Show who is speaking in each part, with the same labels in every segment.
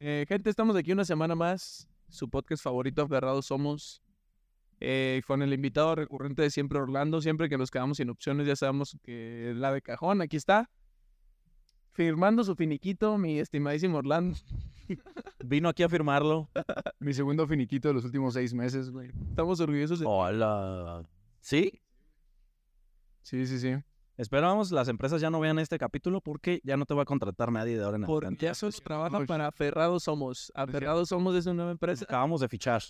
Speaker 1: Eh, gente, estamos aquí una semana más. Su podcast favorito aferrado somos eh, con el invitado recurrente de siempre Orlando. Siempre que nos quedamos sin opciones, ya sabemos que es la de cajón. Aquí está. Firmando su finiquito, mi estimadísimo Orlando.
Speaker 2: Vino aquí a firmarlo.
Speaker 3: Mi segundo finiquito de los últimos seis meses, güey. Oh.
Speaker 1: Estamos orgullosos de...
Speaker 2: Hola. ¿Sí?
Speaker 3: Sí, sí, sí.
Speaker 2: Esperamos las empresas ya no vean este capítulo porque ya no te va a contratar nadie de ahora en
Speaker 1: Porque
Speaker 2: adelante.
Speaker 1: ya solo trabaja para Aferrado Somos. Aferrado Somos es una nueva empresa.
Speaker 2: Acabamos de fichar.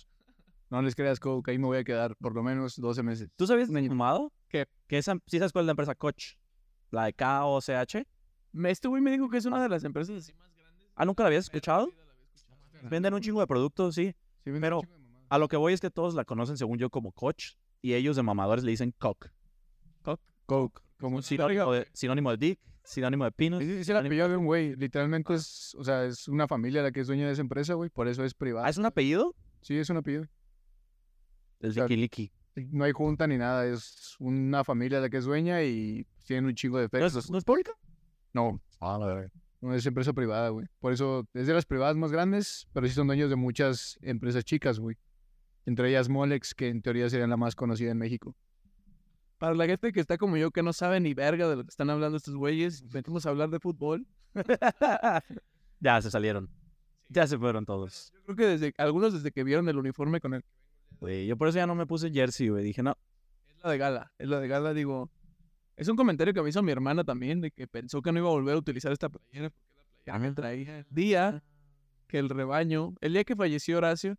Speaker 3: No les creas, Coke, ahí me voy a quedar por lo menos 12 meses.
Speaker 2: ¿Tú sabías, Mado?
Speaker 1: ¿Qué?
Speaker 2: Que esa, ¿Sí sabes cuál es la empresa Coach? La de K-O-C-H.
Speaker 1: Me- Este güey me dijo que es una de las empresas así más grandes.
Speaker 2: Ah, ¿nunca la habías escuchado? Venden un chingo de productos, sí.
Speaker 3: Sí, venden
Speaker 2: Pero-
Speaker 3: un chingo de mamadas.
Speaker 2: A lo que voy es que todos la conocen, según yo, como Coach. Y ellos de mamadores le dicen Cock.
Speaker 3: Coke, como si...
Speaker 2: Sinónimo de, sinónimo de Dick, sinónimo de Penis.
Speaker 3: Sí, sí, sí, el apellido de un güey. Literalmente es, o sea, es una familia la que es dueña de esa empresa, güey. Por eso es privada.
Speaker 2: Ah, ¿es un apellido?
Speaker 3: Sí, es un apellido.
Speaker 2: El
Speaker 3: Claro.
Speaker 2: Licky Licky.
Speaker 3: No hay junta ni nada. Es una familia la que es dueña y tienen un chingo de
Speaker 2: ¿No
Speaker 3: efectos.
Speaker 2: es, ¿No es pública?
Speaker 3: No,
Speaker 2: Ah, la verdad.
Speaker 3: no es empresa privada, güey. Por eso es de las privadas más grandes, pero sí son dueños de muchas empresas chicas, güey. Entre ellas Molex, que en teoría sería la más conocida en México.
Speaker 1: Para la gente que está como yo, que no sabe ni verga de lo que están hablando estos güeyes, venimos a hablar de fútbol.
Speaker 2: ya se salieron. Ya se fueron todos.
Speaker 1: Yo creo que desde algunos desde que vieron el uniforme con el
Speaker 2: Güey, yo por eso ya no me puse jersey, güey. Dije, no.
Speaker 1: Es la de gala, es la de gala, digo. Es un comentario que me hizo mi hermana también, de que pensó que no iba a volver a utilizar esta playera, porque la playera me traía el día que el rebaño, el día que falleció Horacio,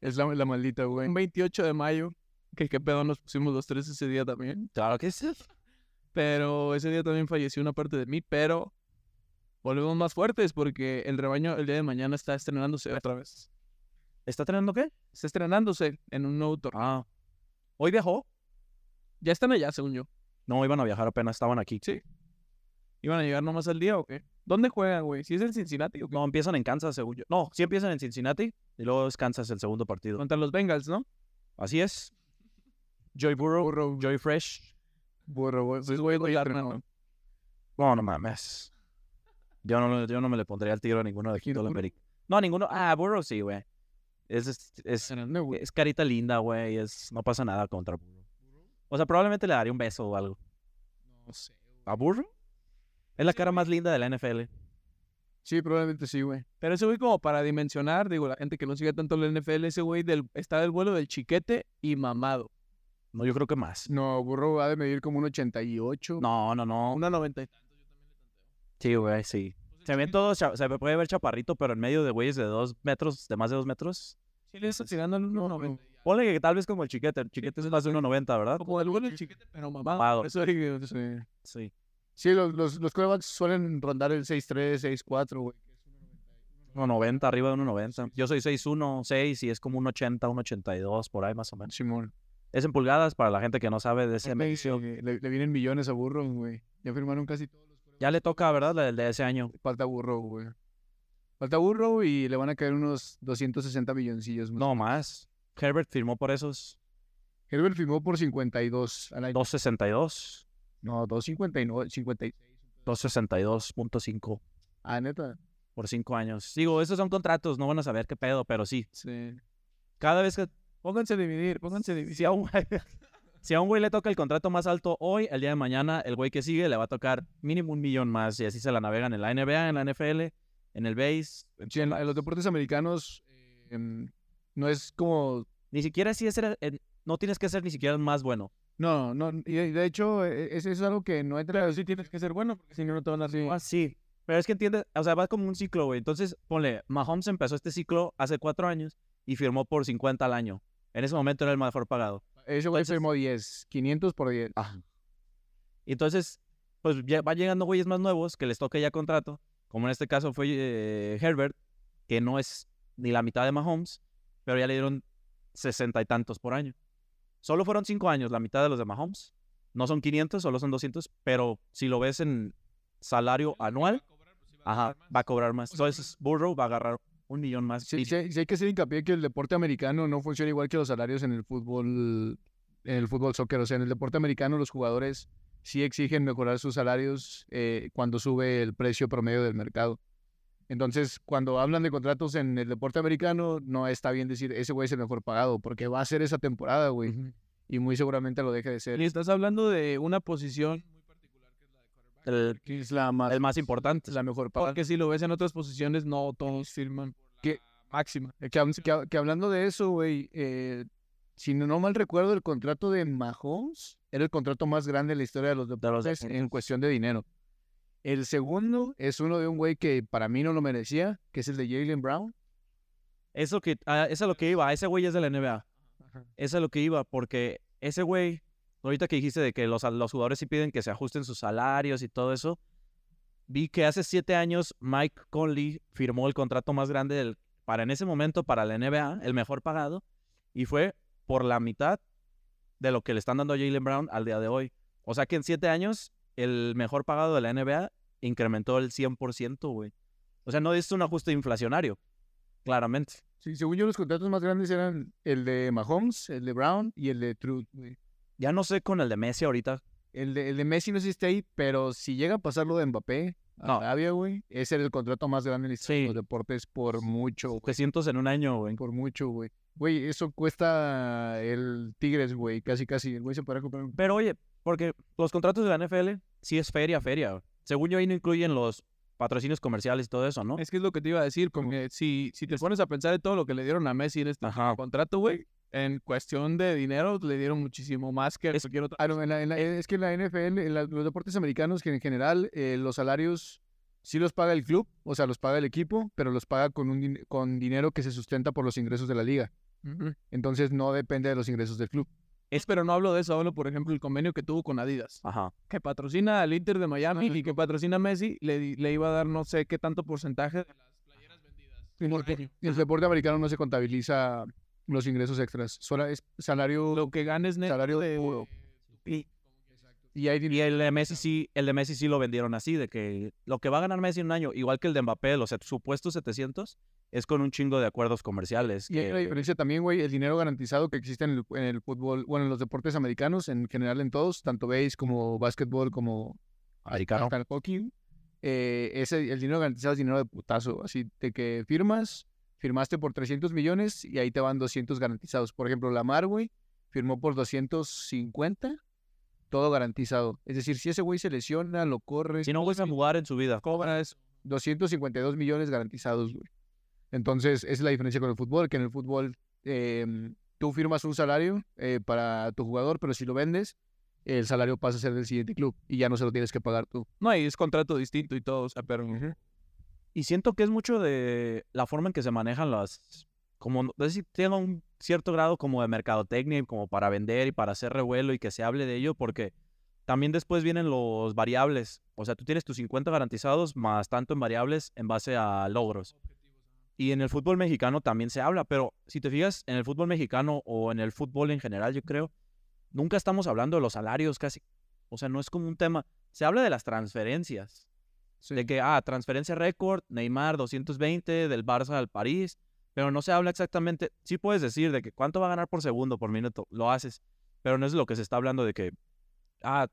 Speaker 3: Es la, la maldita, güey.
Speaker 1: un 28 de mayo, que qué pedo nos pusimos los tres ese día también,
Speaker 2: Claro que sí.
Speaker 1: pero ese día también falleció una parte de mí, pero volvemos más fuertes porque el rebaño el día de mañana está estrenándose otra vez.
Speaker 2: ¿Está teniendo qué?
Speaker 1: Está estrenándose en un nuevo torneo.
Speaker 2: Ah. ¿Hoy viajó?
Speaker 1: Ya están allá, según yo.
Speaker 2: No, iban a viajar apenas, estaban aquí.
Speaker 1: Sí. ¿Iban a llegar nomás al día o qué? ¿Dónde juegan, güey? ¿Si es en Cincinnati o qué?
Speaker 2: No, empiezan en Kansas, según yo. No, sí empiezan en Cincinnati y luego es Kansas el segundo partido.
Speaker 1: Contra los Bengals, ¿no?
Speaker 2: Así es. Joy Burrow, Joy Fresh.
Speaker 3: Burro, güey.
Speaker 1: Pues, güey,
Speaker 3: Oye,
Speaker 1: la
Speaker 3: pero
Speaker 1: arma,
Speaker 3: no.
Speaker 2: No, no mames. Yo no, yo no me le pondría el tiro a ninguno de aquí.
Speaker 3: ¿Quién, Burrow?
Speaker 2: No, a ninguno. Ah, Burrow sí, güey. Es, es, es,
Speaker 3: No, güey.
Speaker 2: es carita linda, güey. Es, no pasa nada contra Burrow. O sea, probablemente le daría un beso o algo.
Speaker 3: No sé.
Speaker 2: ¿A Burrow? Es la cara más linda de la NFL.
Speaker 3: Sí, probablemente sí, güey.
Speaker 1: Pero ese güey como para dimensionar, digo, la gente que no sigue tanto el NFL, ese güey del, está del vuelo del chiquete y mamado.
Speaker 2: No, yo creo que más.
Speaker 3: No, burro va a medir como un 88.
Speaker 2: No, no, no.
Speaker 1: Una 90.
Speaker 2: Sí, güey, sí. Se ven todos, cha- se puede ver chaparrito, pero en medio de güeyes de dos metros, de más de dos metros.
Speaker 1: Sí, le está tirando al 1.90.
Speaker 2: Ponle que tal vez como el chiquete, el chiquete es más de 1.90, ¿verdad?
Speaker 1: Como del vuelo del chiquete, pero mamado.
Speaker 2: Mamado.
Speaker 1: Por Eso digo,
Speaker 3: Sí,
Speaker 2: Sí.
Speaker 3: Sí, los, los, los quarterbacks suelen rondar el 6-3, 6-4, güey.
Speaker 2: 1.90, arriba de 1.90. Yo soy 6'1, 6 y es como 1.80, 1.82, por ahí más o menos.
Speaker 3: Simón.
Speaker 2: Es en pulgadas para la gente que no sabe de ese
Speaker 3: Aparte,
Speaker 2: medio.
Speaker 3: eh, le, le vienen millones a burro, güey. Ya firmaron casi todos los quarterbacks.
Speaker 2: Ya le toca, ¿verdad? La del de ese año.
Speaker 3: Falta burro, güey. Falta burro y le van a caer unos 260 milloncillos. más.
Speaker 2: No más. Herbert firmó por esos
Speaker 3: Herbert firmó por 52 al año.
Speaker 2: 2.62,
Speaker 3: No, 259, 56.
Speaker 2: 2.62.5
Speaker 3: Ah, neta.
Speaker 2: por 5 años. Digo, esos son contratos, no van a saber qué pedo, pero sí.
Speaker 3: Sí.
Speaker 2: Cada vez que
Speaker 1: Pónganse a dividir, pónganse a dividir.
Speaker 2: si a, un, si a un güey le toca el contrato más alto hoy, el día de mañana, el güey que sigue le va a tocar mínimo un millón más. Y así se la navegan en la NBA, en la NFL, en el base.
Speaker 3: Sí, en, en los deportes americanos eh, em, no es como
Speaker 2: Ni siquiera si es el- el- no tienes que ser ni siquiera el más bueno.
Speaker 3: No, no, y de, de hecho, e- e- eso es algo que no entra.
Speaker 1: Pero sí tienes que ser bueno, porque si no, no te van a
Speaker 3: Ah, Sí.
Speaker 1: dar
Speaker 2: sí. Pero es que entiendes, o sea, va como un ciclo, güey. Entonces, ponle, Mahomes empezó este ciclo hace cuatro años y firmó por 50 al año. En ese momento era el mejor pagado.
Speaker 3: Ese güey
Speaker 2: Entonces-
Speaker 3: firmó 10, 500 por 10.
Speaker 1: Ah,
Speaker 2: Y entonces, pues ya va llegando güeyes más nuevos que les toca ya contrato, como en este caso fue eh, Herbert, que no es ni la mitad de Mahomes, pero ya le dieron sesenta y tantos por año. Solo fueron cinco años, la mitad de los de Mahomes. No son 500, solo son 200, pero si lo ves en salario anual, ajá, pues va a cobrar más. Entonces, Burrow va a agarrar un millón más.
Speaker 3: Sí,
Speaker 2: Y-
Speaker 3: sí- sí hay que hacer hincapié que el deporte americano no funciona igual que los salarios en el fútbol, en el fútbol soccer. O sea, en el deporte americano los jugadores sí exigen mejorar sus salarios eh, cuando sube el precio promedio del mercado. Entonces, cuando hablan de contratos en el deporte americano, no está bien decir, ese güey es el mejor pagado, porque va a ser esa temporada, güey. Y muy seguramente lo deje de
Speaker 1: Y
Speaker 3: ser.
Speaker 1: estás hablando de una posición
Speaker 2: El,
Speaker 3: Que es la más,
Speaker 2: el más importante.
Speaker 3: es la mejor pagada.
Speaker 1: porque si lo ves en otras posiciones, no todos firman
Speaker 3: Que-
Speaker 1: máxima.
Speaker 3: eh, Que, hab- que hab- que hablando de eso, güey, eh, si no, no mal recuerdo, el contrato de Mahomes era el contrato más grande en la historia de los deportes en
Speaker 2: deportes.
Speaker 3: cuestión de dinero. El segundo es uno de un güey que para mí no lo merecía, que es el de Jalen Brown.
Speaker 2: Eso que, a- eso es lo que iba, a ese güey es de la NBA. Eso es lo que iba, porque ese güey, ahorita que dijiste de que los, los jugadores sí piden que se ajusten sus salarios y todo eso, vi que hace siete años Mike Conley firmó el contrato más grande del- para en ese momento, para la NBA, el mejor pagado, y fue por la mitad de lo que le están dando a Jalen Brown al día de hoy. O sea que en siete años, el mejor pagado de la NBA incrementó el 100%, güey. O sea, no es un ajuste inflacionario, claramente.
Speaker 3: Sí, según yo, los contratos más grandes eran el de Mahomes, el de Brown y el de Truth, güey.
Speaker 2: Ya no sé con el de Messi ahorita.
Speaker 3: El de, el de Messi no existe ahí, pero si llega a pasar lo de Mbappé,
Speaker 2: No.
Speaker 3: a Arabia, güey, ese era el contrato más grande en la historia de
Speaker 2: Sí.
Speaker 3: los deportes por mucho, güey.
Speaker 2: 300 en un año, güey.
Speaker 3: Por mucho, güey. Güey, eso cuesta el Tigres, güey. Casi, casi. El güey se para comprar un...
Speaker 2: Pero oye, porque los contratos de la NFL sí es feria, feria. güey. Según yo, ahí no incluyen los patrocinios comerciales y todo eso, ¿no?
Speaker 1: Es que es lo que te iba a decir,
Speaker 3: Como-
Speaker 1: porque si, si te pones a pensar en todo lo que le dieron a Messi en este
Speaker 2: Ajá.
Speaker 1: contrato, güey, en cuestión de dinero le dieron muchísimo más que
Speaker 2: Es-
Speaker 1: cualquier otro.
Speaker 3: Ah, no, en la- en la- es que en la NFL, en la- los deportes americanos que en general, eh, los salarios sí los paga el club, o sea, los paga el equipo, pero los paga con, un, din- con dinero que se sustenta por los ingresos de la liga.
Speaker 1: Ujú.
Speaker 3: Entonces no depende de los ingresos del club.
Speaker 1: Es, pero no hablo de eso, hablo, por ejemplo, el convenio que tuvo con Adidas,
Speaker 2: Ajá.
Speaker 1: que patrocina al Inter de Miami y que patrocina a Messi, le, di- le iba a dar no sé qué tanto porcentaje de las playeras vendidas. por
Speaker 3: Porque
Speaker 1: año.
Speaker 3: El deporte americano no se contabiliza los ingresos extras, solo es salario
Speaker 1: Lo que ganes neto
Speaker 3: Salario
Speaker 1: de-
Speaker 3: puro.
Speaker 1: Y-
Speaker 3: y hay dinero.
Speaker 2: Y el de Messi sí, el de Messi sí lo vendieron así, de que lo que va a ganar Messi en un año, igual que el de Mbappé, los set- supuestos 700, es con un chingo de acuerdos comerciales.
Speaker 3: Y hay
Speaker 2: que-
Speaker 3: una diferencia también, güey, el dinero garantizado que existe en el, en el fútbol, bueno, en los deportes americanos, en general en todos, tanto base como básquetbol, como
Speaker 2: Americano.
Speaker 3: hasta el hockey. eh, ese, el dinero garantizado es dinero de putazo, así de que firmas, firmaste por 300 millones y ahí te van 200 garantizados. Por ejemplo, Lamar, güey, firmó por 250, todo garantizado. Es decir, si ese güey se lesiona, lo corre,
Speaker 2: Si no vuelve a jugar en su vida.
Speaker 1: cobra eso.
Speaker 3: 252 millones garantizados, güey. Entonces, esa es la diferencia con el fútbol, que en el fútbol em, tú firmas un salario eh, para tu jugador, pero si lo vendes, el salario pasa a ser del siguiente club y ya no se lo tienes que pagar tú.
Speaker 1: No, y es contrato distinto y todo, o sea, pero...
Speaker 2: Y siento que es mucho de la forma en que se manejan las. Como, no sé si tenga un cierto grado como de mercadotecnia, y como para vender y para hacer revuelo y que se hable de ello, porque también después vienen los variables. O sea, tú tienes tus 50 garantizados más tanto en variables en base a logros. Y en el fútbol mexicano también se habla, pero si te fijas, en el fútbol mexicano o en el fútbol en general, yo creo, nunca estamos hablando de los salarios casi. O sea, no es como un tema. Se habla de las transferencias. De que, ah, transferencia récord, Neymar 220, del Barça al París, pero no se habla exactamente. Sí puedes decir de que cuánto va a ganar por segundo, por minuto, lo haces, pero no es lo que se está hablando de que, ah,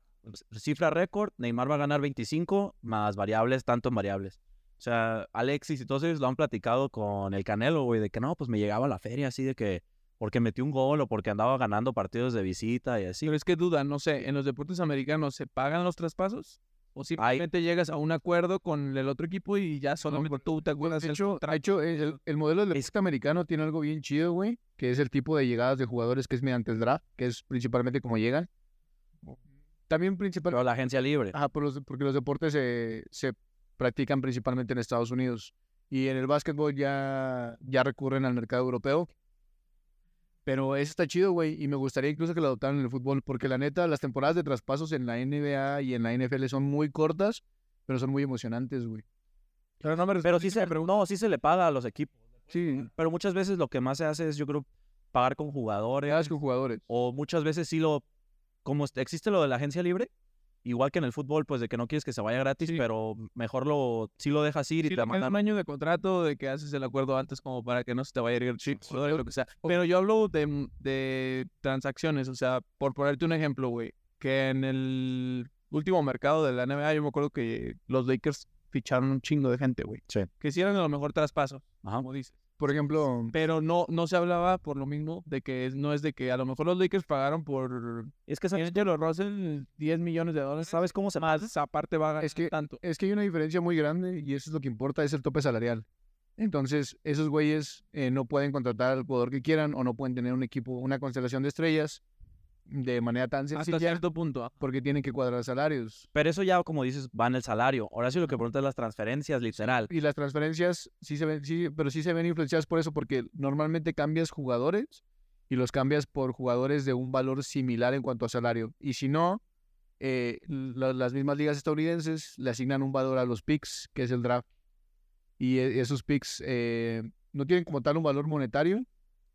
Speaker 2: cifra récord, Neymar va a ganar 25 más variables, tanto en variables. O sea, Alexis y todos ellos lo han platicado con el Canelo, güey, de que no, pues me llegaba a la feria así de que porque metió un gol o porque andaba ganando partidos de visita y así.
Speaker 1: Pero es que duda, no sé, en los deportes americanos se pagan los traspasos o simplemente llegas a un acuerdo con el otro equipo y ya solamente
Speaker 2: pues,
Speaker 1: tú te acuerdas
Speaker 3: De
Speaker 1: del
Speaker 3: hecho,
Speaker 1: contrato.
Speaker 3: de hecho, el, el modelo del
Speaker 2: Es-
Speaker 3: deporte americano tiene algo bien chido, güey, que es el tipo de llegadas de jugadores que es mediante el draft, que es principalmente como llegan. También principalmente...
Speaker 2: Pero la agencia libre.
Speaker 3: Ajá, por los- porque los deportes se, se practican principalmente en Estados Unidos. Y en el básquetbol ya, ya recurren al mercado europeo. Pero eso está chido, güey. Y me gustaría incluso que lo adoptaran en el fútbol. Porque la neta, las temporadas de traspasos en la NBA y en la NFL son muy cortas, pero son muy emocionantes, güey.
Speaker 1: Pero no me
Speaker 2: Pero sí se, no, sí se le paga a los equipos.
Speaker 3: Sí.
Speaker 2: Pero muchas veces lo que más se hace es, yo creo, pagar con jugadores.
Speaker 3: Llegadas con jugadores.
Speaker 2: O muchas veces sí lo. Como est- existe lo de la agencia libre, igual que en el fútbol, pues de que no quieres que se vaya gratis,
Speaker 1: Sí.
Speaker 2: pero mejor lo sí lo dejas ir y
Speaker 1: Sí,
Speaker 2: te
Speaker 1: le queda
Speaker 2: mandan.
Speaker 1: un año de contrato de que haces el acuerdo antes como para que no se te vaya a ir el chip, jugador, lo que sea. Pero yo hablo de, mm, de transacciones, o sea, por ponerte un ejemplo, güey, que en el último mercado de la NBA yo me acuerdo que los Lakers ficharon un chingo de gente, güey.
Speaker 2: Sí.
Speaker 1: Que hicieron a lo mejor traspaso,
Speaker 2: Ajá.
Speaker 1: como dices.
Speaker 3: Por ejemplo,
Speaker 1: Pero no, no se hablaba por lo mismo de que es- no es de que a lo mejor los Lakers pagaron por
Speaker 2: Es que sabes,
Speaker 1: Angelo Russell 10 millones de dólares.
Speaker 2: ¿sabes cómo se más.
Speaker 1: Entonces, aparte va a ganar
Speaker 3: Es que-
Speaker 1: tanto.
Speaker 3: es que hay una diferencia muy grande y eso es lo que importa, es el tope salarial. Entonces, esos güeyes eh, no pueden contratar al jugador que quieran o no pueden tener un equipo, una constelación de estrellas de manera tan
Speaker 1: Hasta
Speaker 3: sencilla
Speaker 1: cierto punto. ah.
Speaker 3: porque tienen que cuadrar salarios.
Speaker 2: Pero eso ya, como dices, va en el salario. Ahora sí lo que pregunta es las transferencias, literal.
Speaker 3: Y las transferencias sí se ven, sí, pero sí se ven influenciadas por eso porque normalmente cambias jugadores y los cambias por jugadores de un valor similar en cuanto a salario. Y si no, eh, la- las mismas ligas estadounidenses le asignan un valor a los picks, que es el draft. Y e- esos picks eh, no tienen como tal un valor monetario,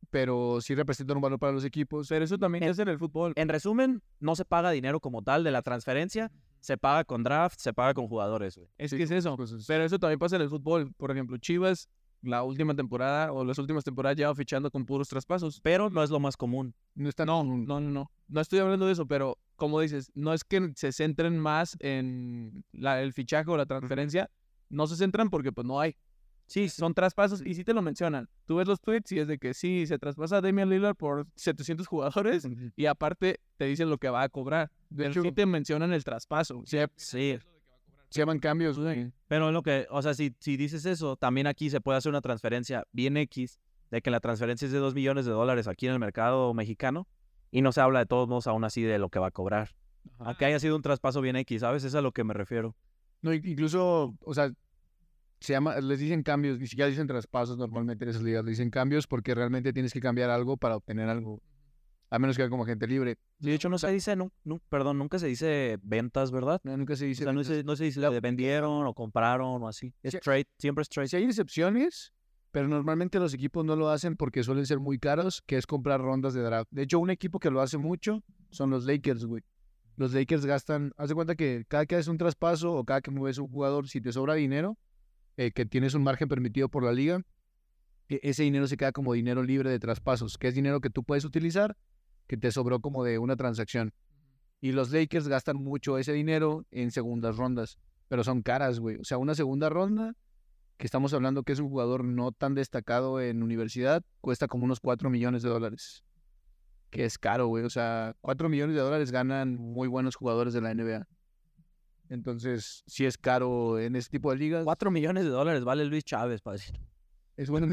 Speaker 3: pero sí representan un valor para los equipos.
Speaker 1: Pero eso también
Speaker 2: Eh,
Speaker 1: es en el fútbol.
Speaker 2: En resumen, no se paga dinero como tal de la transferencia. Se paga con draft, se paga con jugadores, güey.
Speaker 1: Es
Speaker 3: sí,
Speaker 1: que es eso.
Speaker 3: cosas.
Speaker 1: Pero eso también pasa en el fútbol. Por ejemplo, Chivas, la última temporada o las últimas temporadas lleva fichando con puros traspasos.
Speaker 2: Pero no es lo más común.
Speaker 3: No están
Speaker 1: No, no, no. No estoy hablando de eso, pero como dices, no es que se centren más en la- el fichaje o la transferencia. No se centran porque pues no hay.
Speaker 2: Sí, son
Speaker 1: Son traspasos y sí te lo mencionan. Tú ves los tweets y es de que sí, se traspasa a Damian Lillard por 700 jugadores y aparte te dicen lo que va a cobrar.
Speaker 3: De
Speaker 1: Pero
Speaker 3: hecho,
Speaker 1: sí te mencionan el traspaso. güey.
Speaker 3: se,
Speaker 2: Sí,
Speaker 3: se llaman cambios. güey.
Speaker 2: pero en lo que, o sea, si, si dices eso, también aquí se puede hacer una transferencia bien X, de que la transferencia es de 2 millones de dólares aquí en el mercado mexicano, y no se habla de todos modos aún así de lo que va a cobrar. Aunque haya sido un traspaso bien X, ¿sabes? Es a lo que me refiero.
Speaker 3: No, in- incluso, o sea, se llama, les dicen cambios, ni siquiera dicen traspasos normalmente en esas ligas, le dicen cambios porque realmente tienes que cambiar algo para obtener algo, a menos que haga como gente libre.
Speaker 2: De hecho, no se dice, nu- nu- perdón, nunca se dice ventas, ¿verdad?
Speaker 3: No, nunca se
Speaker 2: O
Speaker 3: dice.
Speaker 2: sea, no
Speaker 3: ventas.
Speaker 2: se, no se dice de vendieron o compraron o así. Es
Speaker 3: Sí.
Speaker 2: trade, siempre es trade.
Speaker 3: Sí hay excepciones, pero normalmente los equipos no lo hacen porque suelen ser muy caros, que es comprar rondas de draft. De hecho, un equipo que lo hace mucho son los Lakers, güey. Los Lakers gastan, haz de cuenta que cada que haces un traspaso o cada que mueves un jugador, si te sobra dinero, eh, que tienes un margen permitido por la liga, e- ese dinero se queda como dinero libre de traspasos, que es dinero que tú puedes utilizar, que te sobró como de una transacción. Y los Lakers gastan mucho ese dinero en segundas rondas, pero son caras, güey. O sea, una segunda ronda que estamos hablando que es un jugador no tan destacado en universidad, cuesta como unos 4 millones de dólares. Que es caro, güey. O sea, 4 millones de dólares ganan muy buenos jugadores de la NBA. Entonces, sí es caro en este tipo de ligas.
Speaker 2: 4 millones de dólares vale Luis Chávez, padre.
Speaker 3: Es bueno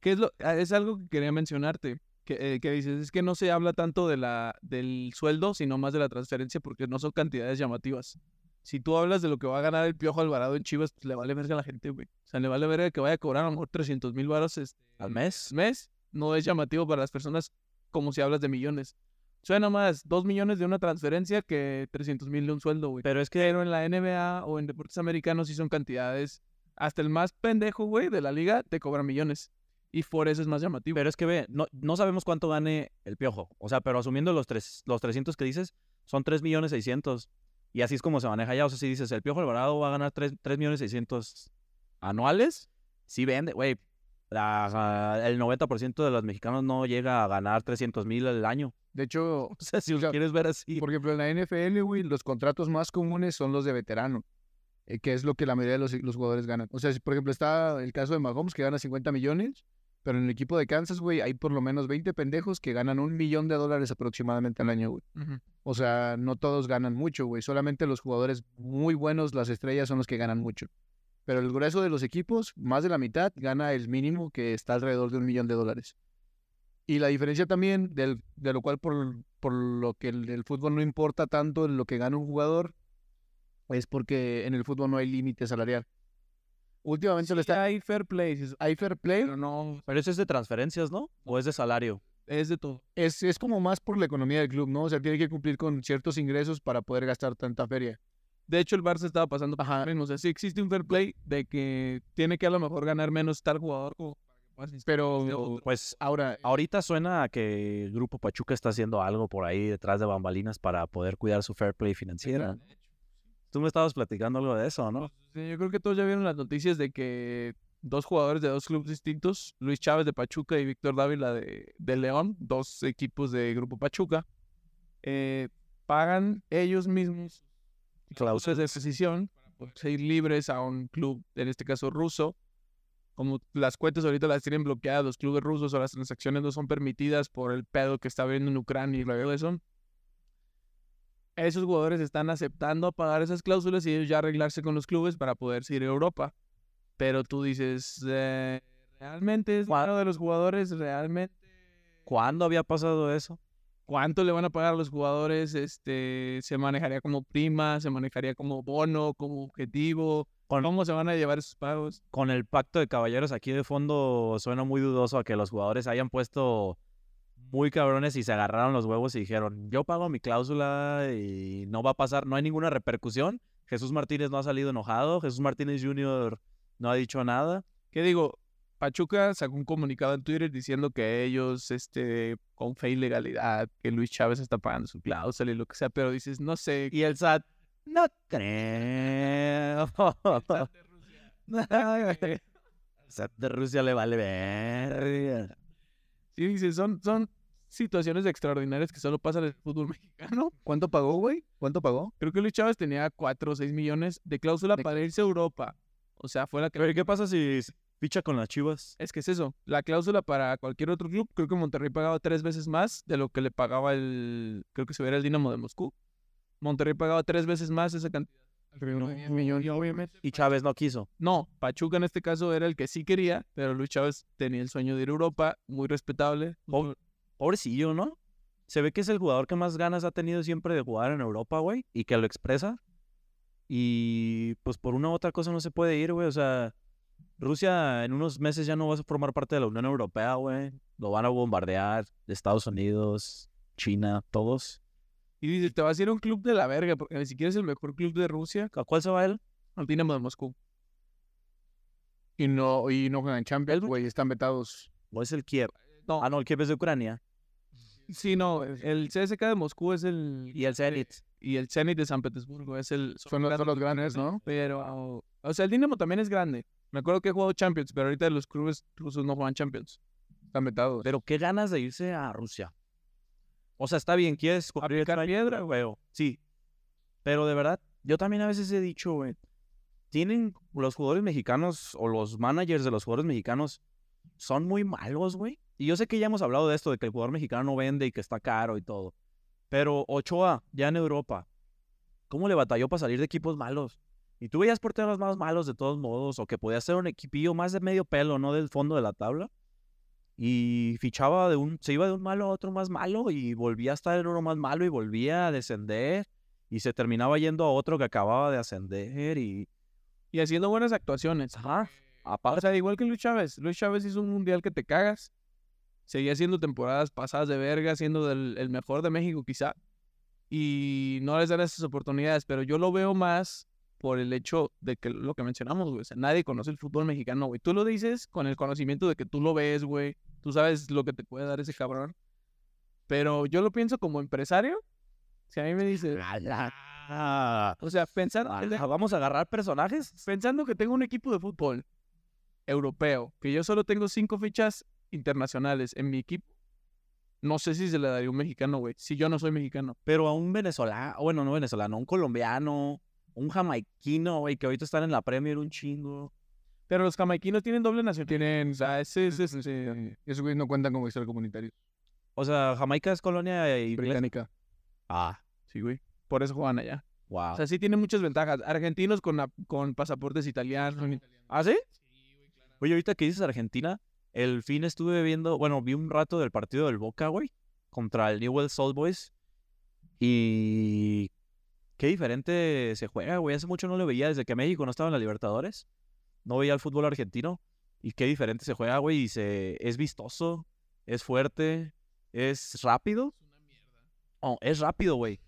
Speaker 1: que es, lo, ah, es algo que quería mencionarte, que, eh, que dices, es que no se habla tanto de la, del sueldo, sino más de la transferencia, porque no son cantidades llamativas. Si tú hablas de lo que va a ganar el Piojo Alvarado en Chivas, pues, le vale verga a la gente, güey. O sea, le vale verga que vaya a cobrar a lo mejor 300 mil varos este,
Speaker 2: Al mes.
Speaker 1: mes. No es llamativo para las personas como si hablas de millones. Suena más 2 millones de una transferencia que 300 mil de un sueldo, güey.
Speaker 2: Pero es que
Speaker 1: Pero en la NBA o en deportes americanos sí son cantidades. Hasta el más pendejo, güey, de la liga te cobra millones. Y por eso es más llamativo.
Speaker 2: Pero es que ve, no, no sabemos cuánto gane el piojo. O sea, pero asumiendo los, tres, los 300 que dices, son 3 millones 600. Y así es como se maneja ya. O sea, si dices, el piojo Alvarado va a ganar 3, millones 600 anuales, sí vende, güey. La- el 90% de los mexicanos no llega a ganar 300 mil al año.
Speaker 3: De hecho,
Speaker 2: O sea, si lo
Speaker 3: Claro.
Speaker 2: quieres ver así.
Speaker 3: por ejemplo, en la NFL, güey, los contratos más comunes son los de veterano, eh, que es lo que la mayoría de los, los jugadores ganan. O sea, si, por ejemplo, está el caso de Mahomes, que gana 50 millones, pero en el equipo de Kansas, güey, hay por lo menos 20 pendejos que ganan un millón de dólares aproximadamente al año, güey.
Speaker 1: Ujú.
Speaker 3: O sea, no todos ganan mucho, güey. Solamente los jugadores muy buenos, las estrellas, son los que ganan mucho. Pero el grueso de los equipos, más de la mitad, gana el mínimo que está alrededor de un millón de dólares. Y la diferencia también, del- de lo cual por, por lo que el, el fútbol no importa tanto lo que gana un jugador, es porque en el fútbol no hay límite salarial. Últimamente
Speaker 1: Sí,
Speaker 3: le está...
Speaker 1: hay fair play, sí,
Speaker 3: Hay fair play,
Speaker 1: pero no
Speaker 2: Pero eso es de transferencias, ¿no? O es de salario.
Speaker 1: es de todo.
Speaker 3: es, es como más por la economía del club, ¿no? O sea, tiene que cumplir con ciertos ingresos para poder gastar tanta feria.
Speaker 1: De hecho, el Barça estaba pasando por
Speaker 3: Ajá.
Speaker 1: lo mismo. O sea, sí existe un fair play de que tiene que a lo mejor ganar menos tal jugador como para que puedas inscribir este
Speaker 3: Pero
Speaker 1: otro.
Speaker 2: Pues
Speaker 3: ahora,
Speaker 2: ahorita suena a que el Grupo Pachuca está haciendo algo por ahí detrás de bambalinas para poder cuidar su fair play financiera. Tú me estabas platicando algo de eso, ¿no?
Speaker 1: Sí, yo creo que todos ya vieron las noticias de que dos jugadores de dos clubes distintos, Luis Chávez de Pachuca y Víctor Dávila de, de León, dos equipos de Grupo Pachuca, eh, pagan ellos mismos
Speaker 2: Cláusulas.
Speaker 1: de decisión
Speaker 3: poderse ir libres a un club, en este caso ruso. Como las cuentas ahorita las tienen bloqueadas los clubes rusos o las transacciones no son permitidas por el pedo que está habiendo en Ucrania y luego eso. Esos jugadores están aceptando pagar esas cláusulas y ellos ya arreglarse con los clubes para poder ir a Europa. Pero tú dices, eh, ¿realmente es uno de los jugadores? ¿Realmente
Speaker 2: ¿Cuándo había pasado eso?
Speaker 3: cuánto le van a pagar a los jugadores, este, se manejaría como prima, se manejaría como bono, como objetivo,
Speaker 2: Con-
Speaker 3: cómo se van a llevar esos pagos.
Speaker 2: Con el pacto de caballeros aquí de fondo suena muy dudoso a que los jugadores hayan puesto muy cabrones y se agarraron los huevos y dijeron, yo pago mi cláusula y no va a pasar, no hay ninguna repercusión. Jesús Martínez no ha salido enojado, Jesús Martínez Jr. no ha dicho nada.
Speaker 3: ¿Qué digo? Pachuca sacó un comunicado en Twitter diciendo que ellos, este, con fe y legalidad, que Luis Chávez está pagando su cláusula y lo que sea, pero dices, no sé,
Speaker 2: Y el SAT, no creo. El SAT de Rusia le vale ver.
Speaker 3: sí dices, son, son situaciones extraordinarias que solo pasan en el fútbol mexicano.
Speaker 4: ¿Cuánto pagó, güey? ¿Cuánto pagó?
Speaker 3: Creo que Luis Chávez tenía 4 o 6 millones de cláusula
Speaker 4: De-
Speaker 3: para irse a Europa. O sea, fue la que...
Speaker 2: Pero ¿y qué pasa si ficha con las chivas?
Speaker 3: Es que es eso, la cláusula para cualquier otro club, creo que Monterrey pagaba tres veces más de lo que le pagaba el, creo que se hubiera el Dinamo de Moscú. Monterrey pagaba tres veces más esa cantidad.
Speaker 4: Alrededor de 10 millones.
Speaker 3: obviamente.
Speaker 2: Y Chávez no quiso.
Speaker 3: No, Pachuca en este caso era el que sí quería, pero Luis Chávez tenía el sueño de ir a Europa, muy respetable.
Speaker 2: Pobre- Pobrecillo, ¿no? Se ve que es el jugador que más ganas ha tenido siempre de jugar en Europa, güey, y que lo expresa. Y pues por una u otra cosa no se puede ir, güey. O sea, Rusia en unos meses ya no va a formar parte de la Unión Europea, güey. Lo van a bombardear, Estados Unidos, China, todos.
Speaker 3: Y dice, te vas a ir a un club de la verga, porque ni siquiera es el mejor club de Rusia,
Speaker 2: ¿A cuál se va él?
Speaker 3: al Dinamo de Moscú.
Speaker 4: Y no, y no juegan Champions,
Speaker 2: Elbert.
Speaker 4: güey, están vetados.
Speaker 2: ¿O es el Kiev?
Speaker 3: No.
Speaker 2: Ah, no, el Kiev es de Ucrania.
Speaker 3: Sí, no, el CSK de Moscú es el...
Speaker 2: Y el Zenit.
Speaker 3: Y el Zenit de San Petersburgo es el...
Speaker 4: Son los, son los grandes, ¿no?
Speaker 3: Pero, o sea, el Dinamo también es grande. Me acuerdo que he jugado Champions, pero ahorita los clubes rusos no juegan Champions.
Speaker 4: Están vetados.
Speaker 2: Pero qué ganas de irse a Rusia. O sea, está bien, quieres cubrir el
Speaker 3: picar
Speaker 2: sueño,
Speaker 3: piedra,
Speaker 2: güey, o- Sí. Pero de verdad, yo también a veces he dicho, güey, tienen los jugadores mexicanos o los managers de los jugadores mexicanos son muy malos, güey. Y yo sé que ya hemos hablado de esto, de que el jugador mexicano no vende y que está caro y todo. Pero Ochoa, ya en Europa, ¿cómo le batalló para salir de equipos malos? Y tú veías porteros más malos de todos modos, o que podía ser un equipillo más de medio pelo, no del fondo de la tabla y fichaba de un, se iba de un malo a otro más malo y volvía a estar en uno más malo y volvía a descender y se terminaba yendo a otro que acababa de ascender y
Speaker 3: Y haciendo buenas actuaciones.
Speaker 2: ajá,
Speaker 3: O
Speaker 2: aparte
Speaker 3: sea, igual que Luis Chávez. Luis Chávez hizo un mundial que te cagas. Seguía haciendo temporadas pasadas de verga, siendo del- el mejor de México quizá. Y no les dan esas oportunidades, pero yo lo veo más por el hecho de que lo que mencionamos, güey. O sea, nadie conoce el fútbol mexicano, güey. Tú lo dices con el conocimiento de que tú lo ves, güey. Tú sabes lo que te puede dar ese cabrón. Pero yo lo pienso como empresario. Si a mí me dices,
Speaker 2: la, la, la,
Speaker 3: o sea, pensar,
Speaker 2: la, vamos a agarrar personajes
Speaker 3: pensando que tengo un equipo de fútbol europeo, que yo solo tengo cinco fichas internacionales en mi equipo, no sé si se le daría un mexicano, güey, si yo no soy mexicano.
Speaker 2: pero a un venezolano bueno no venezolano un colombiano un jamaiquino güey que ahorita están en la Premier un chingo
Speaker 3: Pero los jamaiquinos tienen doble nacionalidad. Tienen, o sea, ese es, es- eh,
Speaker 4: Eh, Esos güeyes no cuentan como extracomunitarios.
Speaker 2: o sea Jamaica es colonia y
Speaker 4: Británica.
Speaker 2: ah
Speaker 3: sí, güey, por eso juegan allá.
Speaker 2: wow
Speaker 3: O sea, sí tienen muchas ventajas. Argentinos con, ap- con pasaportes italianos.
Speaker 2: ¿Ah, sí? Oye, ahorita que dices Argentina, el fin estuve viendo, bueno, vi un rato del partido del Boca, güey, contra el Newell's Old Boys. Y qué diferente se juega, güey. Hace mucho no lo veía, desde que México no estaba en la Libertadores. No veía el fútbol argentino. Y qué diferente se juega, güey. Y se, es vistoso, es fuerte, es rápido. Oh, es rápido, güey.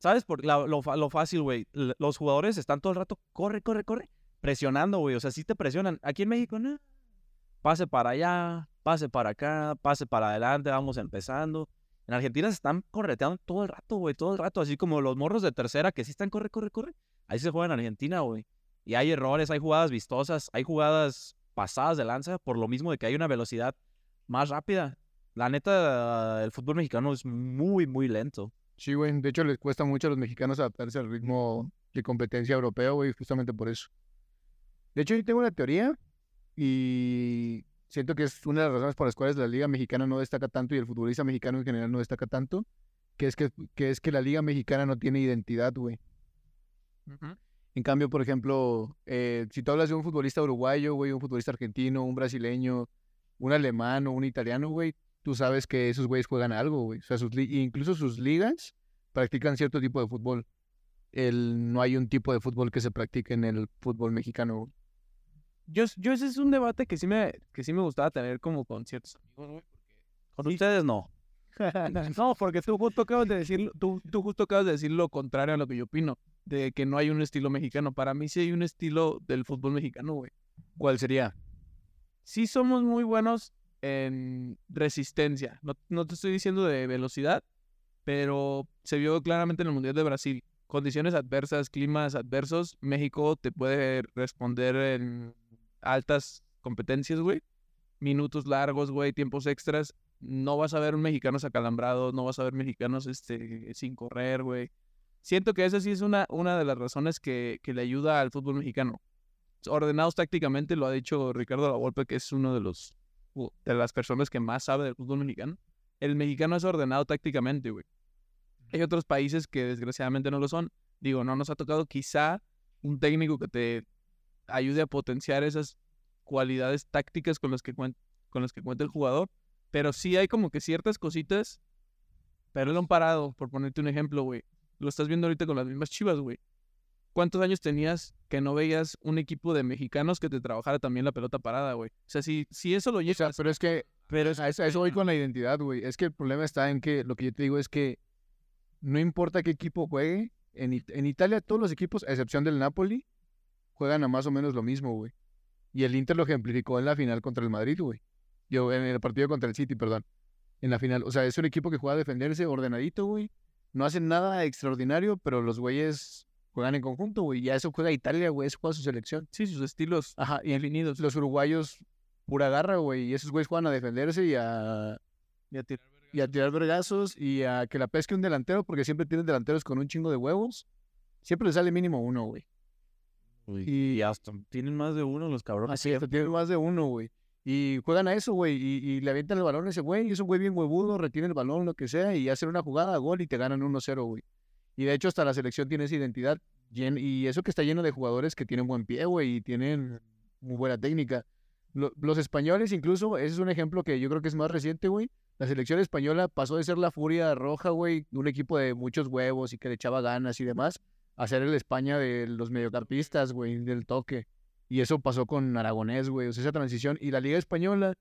Speaker 2: ¿Sabes? Por la- lo, fa- lo fácil, güey. L- Los jugadores están todo el rato, corre, corre, corre, presionando, güey. O sea, sí te presionan. Aquí en México, no. Pase para allá, pase para acá, pase para adelante, vamos empezando. En Argentina se están correteando todo el rato, güey, todo el rato. Así como los morros de tercera que sí están, corre, corre, corre. Ahí se juega en Argentina, güey. Y hay errores, hay jugadas vistosas, hay jugadas pasadas de lanza, por lo mismo de que hay una velocidad más rápida. La neta, el fútbol mexicano es muy, muy lento.
Speaker 3: Sí, güey. De hecho, les cuesta mucho a los mexicanos adaptarse al ritmo de competencia europeo, güey, justamente por eso. De hecho, yo tengo una teoría y siento que es una de las razones por las cuales la Liga Mexicana no destaca tanto y el futbolista mexicano en general no destaca tanto, que es que, que, es que la Liga Mexicana no tiene identidad, güey. En cambio, por ejemplo, eh, si tú hablas de un futbolista uruguayo, güey, un futbolista argentino, un brasileño, un alemán o un italiano, güey, tú sabes que esos güeyes juegan algo, güey. O sea, sus li- incluso sus ligas practican cierto tipo de fútbol. El, no hay un tipo de fútbol que se practique en el fútbol mexicano. güey.
Speaker 1: Yo, yo ese es un debate que sí me, que sí me gustaba tener como con ciertos amigos, güey.
Speaker 2: Con ustedes no.
Speaker 1: No, porque tú justo acabas de decir, tú, tú justo acabas de decir lo contrario a lo que yo opino, de que no hay un estilo mexicano. Para mí sí hay un estilo del fútbol mexicano, güey.
Speaker 3: ¿Cuál sería?
Speaker 1: Sí somos muy buenos en resistencia. No, no te estoy diciendo de velocidad, pero se vio claramente en el Mundial de Brasil. Condiciones adversas, climas adversos, México te puede responder en altas competencias, güey. Minutos largos, güey, tiempos extras no vas a ver mexicanos acalambrados, no vas a ver mexicanos este, sin correr, güey. Siento que esa sí es una, una de las razones que, que le ayuda al fútbol mexicano. Ordenados tácticamente, lo ha dicho Ricardo Lavolpe, que es uno de los de las personas que más sabe del fútbol mexicano. El mexicano es ordenado tácticamente, güey. Hay otros países que desgraciadamente no lo son. Digo, no nos ha tocado quizá un técnico que te ayude a potenciar esas cualidades tácticas con las que, cuen- con las que cuenta el jugador. Pero sí hay como que ciertas cositas. Pero lo han parado, por ponerte un ejemplo, güey. Lo estás viendo ahorita con las mismas chivas, güey. ¿Cuántos años tenías que no veías un equipo de mexicanos que te trabajara también la pelota parada, güey? O sea, si, si eso lo
Speaker 3: O sea,
Speaker 1: llevas...
Speaker 3: pero es que
Speaker 2: Pero
Speaker 3: a eso, a eso voy con la identidad, güey. Es que el problema está en que lo que yo te digo es que no importa qué equipo juegue, en, It- en Italia todos los equipos, a excepción del Napoli, juegan a más o menos lo mismo, güey. Y el Inter lo ejemplificó en la final contra el Madrid, güey. Yo, en el partido contra el City, perdón. En la final. O sea, es un equipo que juega a defenderse ordenadito, güey. No hacen nada extraordinario, pero los güeyes juegan en conjunto, güey. Y a eso juega Italia, güey. Eso juega su selección.
Speaker 1: Sí, sus estilos
Speaker 3: Ajá, y en
Speaker 1: definidos.
Speaker 3: los uruguayos pura garra, güey. Y esos güeyes juegan a defenderse y a,
Speaker 1: Ya tirar verga.
Speaker 3: y a tirar vergazos y a que la pesque un delantero, porque siempre tienen delanteros con un chingo de huevos. Siempre les sale mínimo uno, güey.
Speaker 2: y, hasta tienen más de uno los cabrones.
Speaker 3: Así es, tienen más de uno, güey. Y juegan a eso, güey. Y, y le avientan el balón a ese güey. Y es un güey bien huevudo, retiene el balón, lo que sea, y hacen una jugada, gol, y te ganan 1-0, güey. Y de hecho, hasta la selección tiene esa identidad. llen- y eso que está lleno de jugadores que tienen buen pie, güey, y tienen muy buena técnica. Lo- los españoles, incluso, ese es un ejemplo que yo creo que es más reciente, güey. La selección española pasó de ser la furia roja, güey, un equipo de muchos huevos y que le echaba ganas y demás, a ser el España de los mediocampistas, güey, del toque. Y eso pasó con Aragonés, güey. O sea, esa transición. Y la Liga Española,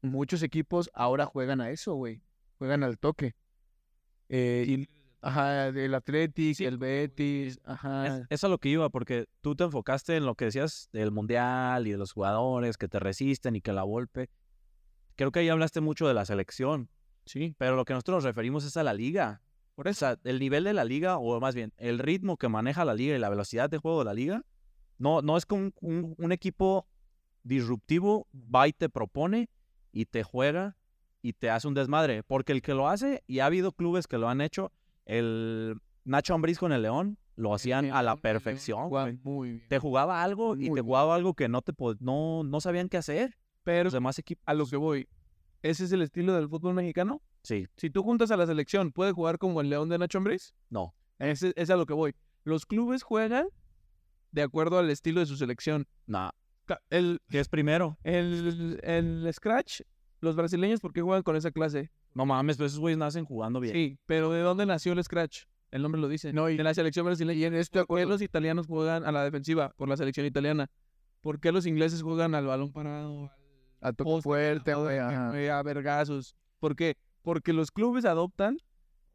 Speaker 3: muchos equipos ahora juegan a eso, güey. Juegan al toque. Eh, y, ajá, el Athletic, el Betis,
Speaker 2: Es,
Speaker 3: ajá.
Speaker 2: es a lo que iba, porque tú te enfocaste en lo que decías del mundial y de los jugadores que te resisten y que la golpe. Creo que ahí hablaste mucho de la selección,
Speaker 1: Sí,
Speaker 2: pero lo que nosotros nos referimos es a la liga.
Speaker 1: por eso.
Speaker 2: O sea, el nivel de la liga, o más bien, el ritmo que maneja la liga y la velocidad de juego de la liga, no, no es que un, un- un equipo disruptivo va y te propone y te juega y te hace un desmadre. Porque el que lo hace, y ha habido clubes que lo han hecho, el Nacho Ambriz con el León lo hacían a la perfección. güey.
Speaker 3: Juegan muy bien.
Speaker 2: Te jugaba algo y
Speaker 3: Muy
Speaker 2: te
Speaker 3: bien.
Speaker 2: jugaba algo que no, te pod- no, no sabían qué hacer.
Speaker 1: Pero
Speaker 2: Los demás equipos.
Speaker 1: a lo que voy, ¿ese es el estilo del fútbol mexicano?
Speaker 2: Sí,
Speaker 1: Si tú juntas a la selección, ¿puede jugar como el León de Nacho Ambriz?
Speaker 2: no.
Speaker 1: Ese- Es, a lo que voy. Los clubes juegan de acuerdo al estilo de su selección.
Speaker 2: Nah.
Speaker 1: Ca- El,
Speaker 2: ¿Qué es primero?
Speaker 1: el, el Scratch, los brasileños, ¿por qué juegan con esa clase?
Speaker 2: No mames, pero esos güeyes nacen jugando bien.
Speaker 1: Sí, pero ¿de dónde nació el Scratch? El nombre lo dice.
Speaker 3: No, y-
Speaker 1: de la selección brasileña.
Speaker 3: Y en esto,
Speaker 1: ¿Por qué los italianos juegan a la defensiva? Por la selección italiana. ¿Por qué los ingleses juegan al balón parado?
Speaker 3: a toque
Speaker 1: Poste,
Speaker 3: fuerte, güey. ajá.
Speaker 2: Ah.
Speaker 1: güey, a vergazos. ¿Por qué? Porque los clubes adoptan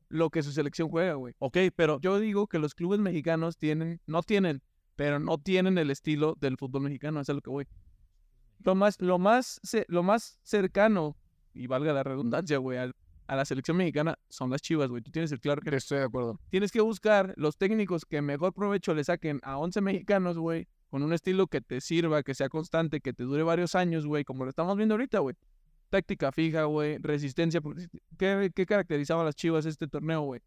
Speaker 1: lo que su selección juega, güey.
Speaker 2: Ok, pero
Speaker 1: Yo digo que los clubes mexicanos tienen, no tienen, pero no tienen el estilo del fútbol mexicano, eso es a lo que voy. Lo más, lo más, ce- lo más cercano, y valga la redundancia, güey, al- a la selección mexicana son las chivas, güey. Tú tienes el claro que
Speaker 3: Estoy de acuerdo.
Speaker 1: tienes que buscar los técnicos que mejor provecho le saquen a 11 mexicanos, güey, con un estilo que te sirva, que sea constante, que te dure varios años, güey, como lo estamos viendo ahorita, güey. Táctica fija, güey, resistencia. porque- ¿Qué, ¿Qué caracterizaba a las chivas este torneo, güey?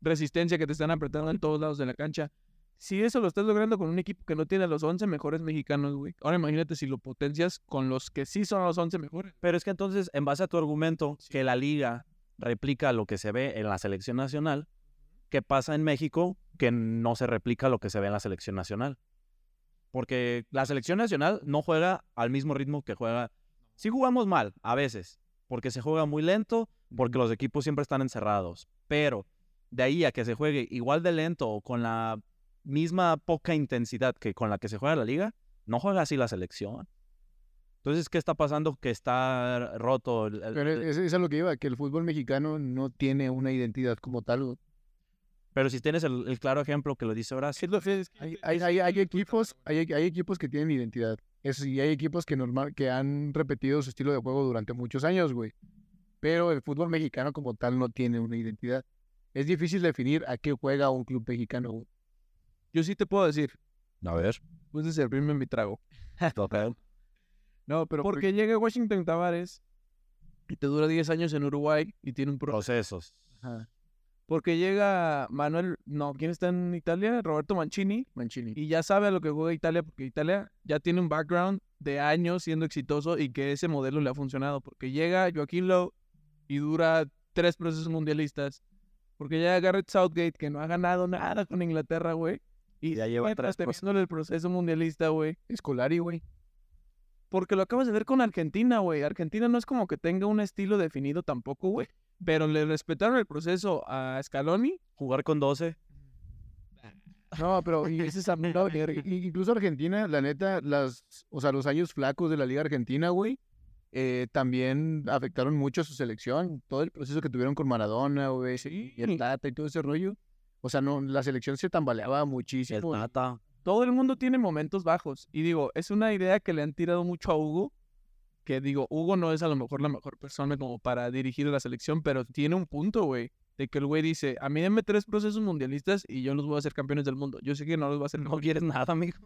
Speaker 1: resistencia que te están apretando en todos lados de la cancha. Si eso lo estás logrando con un equipo que no tiene a los 11 mejores mexicanos, güey. Ahora imagínate si lo potencias con los que sí son los 11 mejores.
Speaker 2: Pero es que entonces, en base a tu argumento, que la liga replica lo que se ve en la selección nacional, ¿qué pasa en México que no se replica lo que se ve en la selección nacional? Porque la selección nacional no juega al mismo ritmo que juega. Sí jugamos mal, a veces, porque se juega muy lento, porque los equipos siempre están encerrados. Pero de ahí a que se juegue igual de lento o con la misma poca intensidad que con la que se juega la liga, no juega así la selección. Entonces, ¿qué está pasando? Que está roto. el- el-
Speaker 3: Pero e,
Speaker 2: el-
Speaker 3: eso eh, es a lo que iba, que el fútbol mexicano no tiene una identidad como tal. güey.
Speaker 2: pero si tienes el, el claro ejemplo que lo dice Horacio.
Speaker 1: Es lo que- es que-
Speaker 3: Hay, hay, hay, hay equipos, hay, hay equipos que tienen identidad. Eso sí, hay equipos que, normal, que han repetido su estilo de juego durante muchos años, güey. Pero el fútbol mexicano como tal no tiene una identidad. Es difícil definir a qué juega un club mexicano, güey.
Speaker 1: Yo sí te puedo decir,
Speaker 2: A ver.
Speaker 1: después de servirme mi trago. No, pero porque llega Washington Tavares y te dura 10 años en Uruguay y tiene un pro.
Speaker 2: Procesos.
Speaker 1: Porque llega Manuel, no, ¿quién está en Italia? Roberto Mancini.
Speaker 3: Mancini.
Speaker 1: y ya sabe a lo que juega Italia, porque Italia ya tiene un background de años siendo exitoso y que ese modelo le ha funcionado, porque llega Joaquín Lowe y dura tres procesos mundialistas, porque llega Garrett Southgate, que no ha ganado nada con Inglaterra, güey, y
Speaker 2: Ya lleva
Speaker 1: sigue
Speaker 2: tres procesos.
Speaker 1: manteniéndole el proceso mundialista, güey,
Speaker 3: Escolari, güey.
Speaker 1: porque lo acabas de ver con Argentina, güey, Argentina no es como que tenga un estilo definido tampoco, güey, pero le respetaron el proceso a Scaloni,
Speaker 2: Jugar con 12.
Speaker 3: No, pero y ese es a- no, er- i- incluso Argentina, la neta, las, o sea, los años flacos de la Liga Argentina, güey, eh, también afectaron mucho a su selección. Todo el proceso que tuvieron con Maradona, güey, y el
Speaker 1: Sí.
Speaker 3: Tata y todo ese rollo. O sea, no, la selección se tambaleaba
Speaker 2: El
Speaker 3: muchísimo.
Speaker 2: Tata.
Speaker 1: todo el mundo tiene momentos bajos. Y digo, es una idea que le han tirado mucho a Hugo, que digo, Hugo no es a lo mejor la mejor persona como para dirigir a la selección, pero tiene un punto, güey. De que el güey dice, a mí denme tres procesos mundialistas y yo los voy a hacer campeones del mundo. Yo sé que no los voy a hacer
Speaker 2: No quieres nada, amigo.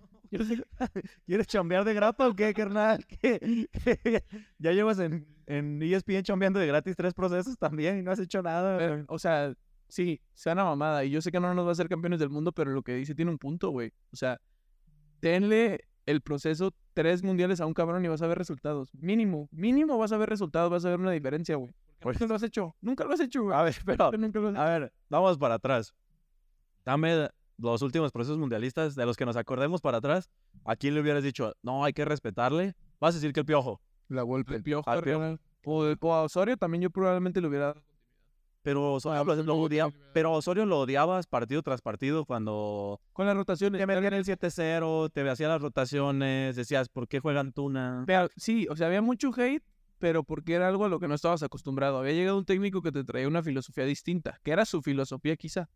Speaker 2: ¿Quieres chambear de grapa o qué, carnal? ¿Qué- qué? Ya llevas en, en E ESPN chambeando de gratis tres procesos también y no has hecho nada.
Speaker 1: Pero, o sea, sí, sea una mamada. Y yo sé que no nos va a hacer campeones del mundo, pero lo que dice tiene un punto, güey. O sea, denle el proceso tres mundiales a un cabrón y vas a ver resultados. Mínimo, mínimo vas a ver resultados, vas a ver una diferencia, güey.
Speaker 2: Pues-
Speaker 1: Nunca lo has hecho, nunca lo has hecho, güey.
Speaker 2: A ver, pero
Speaker 1: Nunca lo has
Speaker 2: A ver, vamos para atrás. Dame los últimos procesos mundialistas de los que nos acordemos para atrás. ¿A quién le hubieras dicho, no, hay que respetarle? Vas a decir que el piojo.
Speaker 3: La golpe.
Speaker 1: El Piojo
Speaker 2: Al
Speaker 1: Herrera. O, o a Osorio también yo probablemente le hubiera dado.
Speaker 2: Pero Osorio, lo, lo odia- pero a Osorio lo odiabas partido tras partido cuando
Speaker 1: Con las rotaciones.
Speaker 2: te metían el 7-0, te hacían las rotaciones, decías, ¿por qué juegan Tuna?
Speaker 1: Pero, sí, o sea, había mucho hate, pero porque era algo a lo que no estabas acostumbrado. Había llegado un técnico que te traía una filosofía distinta, que era su filosofía quizá.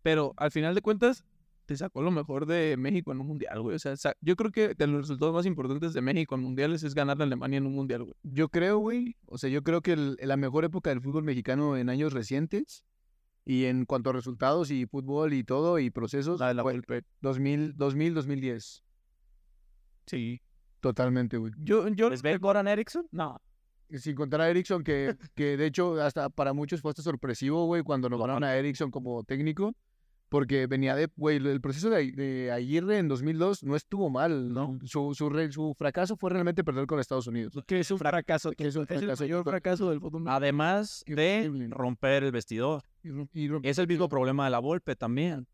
Speaker 1: Pero al final de cuentas, te sacó lo mejor de México en un mundial, güey. O sea, sa- yo creo que de los resultados más importantes de México en mundiales es ganar a Alemania en un mundial, güey.
Speaker 3: Yo creo, güey, o sea, yo creo que el- la mejor época del fútbol mexicano en años recientes y en cuanto a resultados y fútbol y todo y procesos, fue 2000, 2000, 2010.
Speaker 1: Sí.
Speaker 3: Totalmente, güey.
Speaker 1: Yo, yo
Speaker 2: ¿Les ve Goran Eriksson?
Speaker 1: no,
Speaker 3: Sin contar a Erickson, que, que de hecho hasta para muchos fue hasta sorpresivo, güey, cuando nos
Speaker 2: Claro.
Speaker 3: ganaron a Erickson como técnico, porque venía de, güey, el proceso de, Ai- de Aguirre en 2002 no estuvo mal.
Speaker 1: No.
Speaker 3: Su, su, re- su fracaso fue realmente perder con Estados Unidos.
Speaker 1: que es un fracaso.
Speaker 3: que es un
Speaker 1: el
Speaker 3: fracaso.
Speaker 1: mayor fracaso del fútbol.
Speaker 2: Además de
Speaker 3: horrible.
Speaker 2: romper el vestidor.
Speaker 3: Y rom- y
Speaker 1: Eh,
Speaker 3: rom-
Speaker 2: Es el mismo problema de la Volpe también.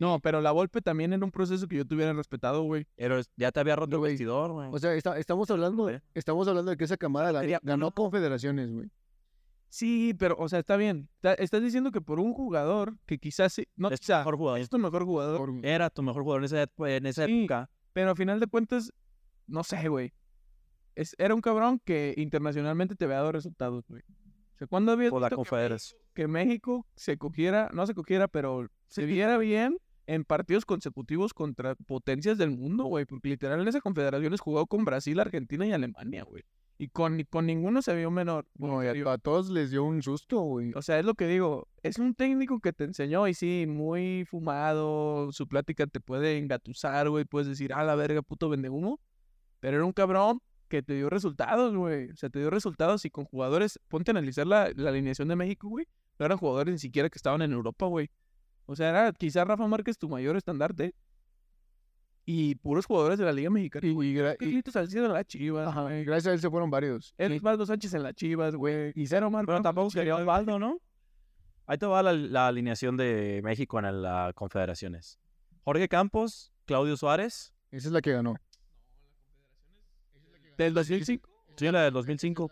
Speaker 1: No, pero la Volpe también era un proceso que yo tuviera respetado, güey.
Speaker 2: Pero es- ya te había roto el
Speaker 3: Güey, pues,
Speaker 2: vestidor, güey.
Speaker 3: O sea, está- estamos, hablando, de- estamos hablando de que esa camada la-
Speaker 1: Sería-
Speaker 3: ganó confederaciones, güey.
Speaker 1: Sí, pero, o sea, está bien. Ta- estás diciendo que por un jugador que quizás sí, no,
Speaker 2: Es tu
Speaker 1: quizá,
Speaker 2: mejor jugador.
Speaker 1: es tu mejor jugador,
Speaker 3: Por-
Speaker 2: Era tu mejor jugador en esa, ep- en esa
Speaker 1: Sí.
Speaker 2: época.
Speaker 1: pero a final de cuentas, no sé, güey. Es, era un cabrón que internacionalmente te había dado resultados, güey. O sea, ¿cuándo había
Speaker 2: Por la
Speaker 1: visto que
Speaker 2: Confederación.
Speaker 1: México- que México se cogiera, no se cogiera, pero se viera bien en partidos consecutivos contra potencias del mundo, güey? Porque literal en esas confederaciones jugó con Brasil, Argentina y Alemania, güey. Y con, con ninguno se vio menor. güey,
Speaker 3: No, y
Speaker 1: se vio-
Speaker 3: a, a todos les dio un susto, güey.
Speaker 1: O sea, es lo que digo. Es un técnico que te enseñó y sí, muy fumado. Su plática te puede engatusar, güey. Puedes decir, ah, la verga, puto vende humo. Pero era un cabrón que te dio resultados, güey. O sea, te dio resultados y con jugadores. Ponte a analizar la, la alineación de México, güey. No eran jugadores ni siquiera que estaban en Europa, güey. O sea, era quizá Rafa Márquez tu mayor estandarte. Y puros jugadores de la Liga Mexicana.
Speaker 3: Y, y gra- y-
Speaker 1: Carlitos Salcido en la Chivas.
Speaker 3: ajá,
Speaker 1: güey.
Speaker 3: y gracias a él se fueron varios.
Speaker 1: El Osvaldo Sánchez en la Chivas, güey. Y cero Marco.
Speaker 2: Pero tampoco quería Osvaldo, ¿no? Ahí te va la, la alineación de México en el- la Confederaciones. Jorge Campos, Claudio Suárez.
Speaker 3: Esa es la que ganó.
Speaker 1: Del 2005.
Speaker 2: Sí, la del 2005.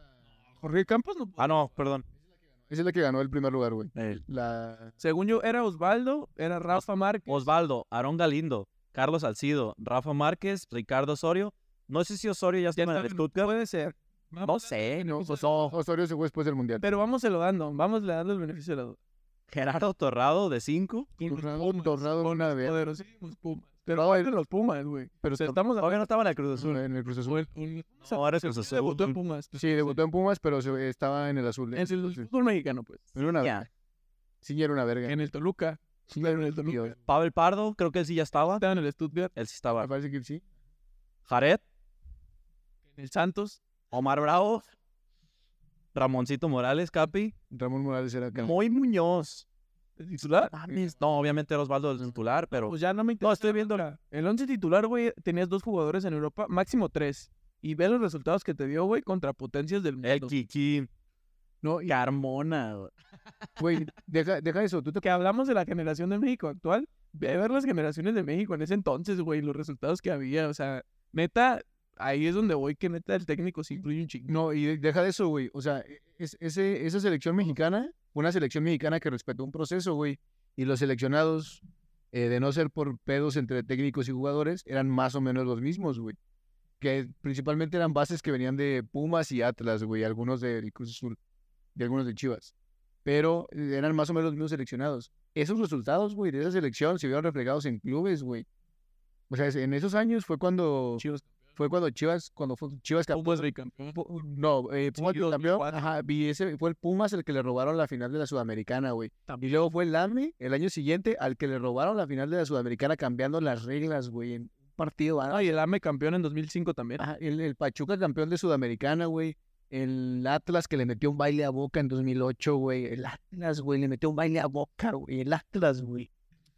Speaker 1: Jorge Campos no.
Speaker 2: Ah, no, perdón.
Speaker 3: Esa es la que ganó el primer lugar, güey.
Speaker 2: El-
Speaker 3: La...
Speaker 1: Según yo, era Osvaldo, era Rafa Márquez.
Speaker 2: Osvaldo, Aarón Galindo, Carlos Alcido, Rafa Márquez, Ricardo Osorio. No sé si Osorio ya está
Speaker 1: Ya
Speaker 2: en
Speaker 1: está
Speaker 2: el
Speaker 1: en-
Speaker 2: Stuttgart.
Speaker 1: Puede ser.
Speaker 2: No sé.
Speaker 3: No, Osorio- Osorio se fue después del Mundial.
Speaker 1: Pero vamos se lo dando. Vamos le dando el beneficio de la duda.
Speaker 2: Gerardo Torrado, de 5.
Speaker 3: Torrado, Torrado una vez.
Speaker 1: Poderosísimos Pumas. Pero ahora los Pumas, güey.
Speaker 3: Pero
Speaker 1: O sea,
Speaker 3: está-
Speaker 1: estamos hablando
Speaker 2: Todavía no estaba en el Cruz Azul.
Speaker 3: en el Cruz Azul.
Speaker 1: un-
Speaker 2: No, ahora es Cruz
Speaker 1: Sí,
Speaker 2: Azul.
Speaker 1: Debutó en Pumas.
Speaker 3: Sí, debutó en Pumas, pero se- estaba en el azul.
Speaker 1: En el
Speaker 3: Sí.
Speaker 1: fútbol mexicano, pues.
Speaker 3: Era una
Speaker 2: Ya.
Speaker 3: Sí, era una verga.
Speaker 1: En el Toluca. Claro, en el
Speaker 3: Y,
Speaker 1: Toluca.
Speaker 3: eh,
Speaker 2: Pavel Pardo, creo que él sí ya estaba.
Speaker 1: Estaba en el Stuttgart,
Speaker 2: Él sí
Speaker 3: me
Speaker 2: estaba.
Speaker 3: parece que sí.
Speaker 2: Jared,
Speaker 1: en el Santos.
Speaker 2: Omar Bravo, Ramoncito Morales, Capi,
Speaker 3: Ramón Morales era acá.
Speaker 2: Moy Muñoz.
Speaker 1: ¿de titular?
Speaker 2: Mames, No, obviamente era Osvaldo el titular, pero
Speaker 1: Pues ya Ah, no me interesa.
Speaker 2: No, estoy viendo-
Speaker 1: Ahora, El once titular, güey, tenías dos jugadores en Europa, máximo tres. Y ve los resultados que te dio, güey, contra potencias del mundo.
Speaker 2: el Kiki,
Speaker 3: No, y,
Speaker 2: Carmona. güey.
Speaker 3: güey, deja, deja eso. Tú te...
Speaker 1: Que hablamos de la generación de México actual. Ve a ver las generaciones de México en ese entonces, güey, los resultados que había. O sea, neta, ahí es donde voy, que neta el técnico se incluye un chingo.
Speaker 3: No, y de- deja de eso, güey. O sea, e- es- ese, esa selección mexicana, fue una selección mexicana que respetó un proceso, güey. Y los seleccionados, eh, de no ser por pedos entre técnicos y jugadores, eran más o menos los mismos, güey. Que principalmente eran bases que venían de Pumas y Atlas, güey. Algunos de Cruz Azul, de algunos de Chivas. Pero eh, eran más o menos los mismos seleccionados. Esos resultados, güey, de esa selección se vieron reflejados en clubes, güey. O sea, es- en esos años fue cuando
Speaker 1: Chivas,
Speaker 3: fue cuando Chivas, cuando fue Chivas campeón.
Speaker 1: Pumas bicampeón.
Speaker 3: Pu- No, eh, Pumas
Speaker 1: yo-
Speaker 3: campeón.
Speaker 1: cuatro.
Speaker 3: Ajá, vi ese, fue el Pumas el que le robaron la final de la Sudamericana, güey. Y
Speaker 1: También.
Speaker 3: luego fue el AME el año siguiente al que le robaron la final de la Sudamericana cambiando las reglas, güey, en un partido. ah,
Speaker 1: Ah, y el AME campeón en 2005 también.
Speaker 3: ajá, el, el Pachuca campeón de Sudamericana, güey. El Atlas que le metió un baile a Boca en 2008, güey. El Atlas, güey, le metió un baile a Boca, güey. El Atlas, güey.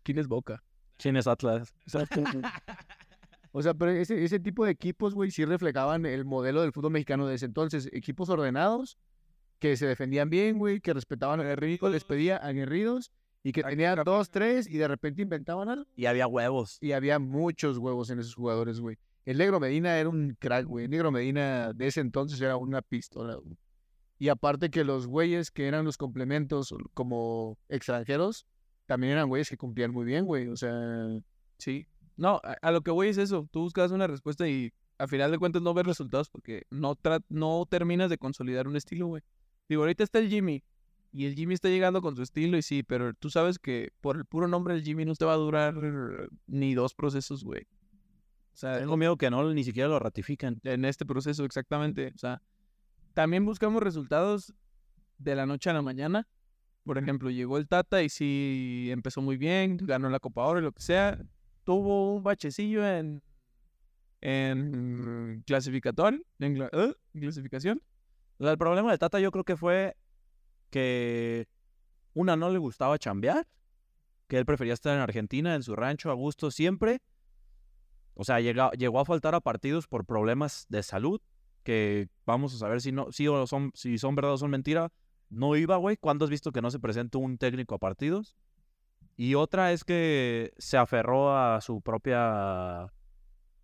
Speaker 1: ¿Quién es Boca?
Speaker 2: ¿Quién es Atlas?
Speaker 3: O sea, pero ese, ese tipo de equipos, güey, sí reflejaban el modelo del fútbol mexicano de ese entonces. Equipos ordenados, que se defendían bien, güey, que respetaban a aguerridos, les pedía aguerridos, y que tenían dos, tres, y de repente inventaban algo.
Speaker 2: Y había huevos.
Speaker 3: Y había muchos huevos en esos jugadores, güey. El Negro Medina era un crack, güey. El Negro Medina de ese entonces era una pistola, güey. Y aparte que los güeyes que eran los complementos como extranjeros, también eran güeyes que cumplían muy bien, güey. O sea,
Speaker 1: Sí. No, a, a lo que voy es eso. Tú buscas una respuesta y a final de cuentas no ves resultados porque no, tra- no terminas de consolidar un estilo, güey. Digo, ahorita está el Jimmy y el Jimmy está llegando con su estilo y sí, pero tú sabes que por el puro nombre del Jimmy no te va a durar ni dos procesos, güey. O sea,
Speaker 2: Tengo miedo que no ni siquiera lo ratifican.
Speaker 1: en este proceso exactamente. O sea, también buscamos resultados de la noche a la mañana. Por ejemplo, llegó el Tata y sí empezó muy bien, ganó la Copa Oro y lo que sea. Tuvo un bachecillo en, en clasificatorio, en cla- ¿eh? en clasificación.
Speaker 2: El problema del Tata yo creo que fue que una no le gustaba chambear, que él prefería estar en Argentina, en su rancho, a gusto siempre. O sea, llega- llegó a faltar a partidos por problemas de salud, que vamos a saber si no, si o son, si son verdad o son mentira. No iba, güey. ¿Cuándo has visto que no se presenta un técnico a partidos? Y otra es que se aferró a su propia.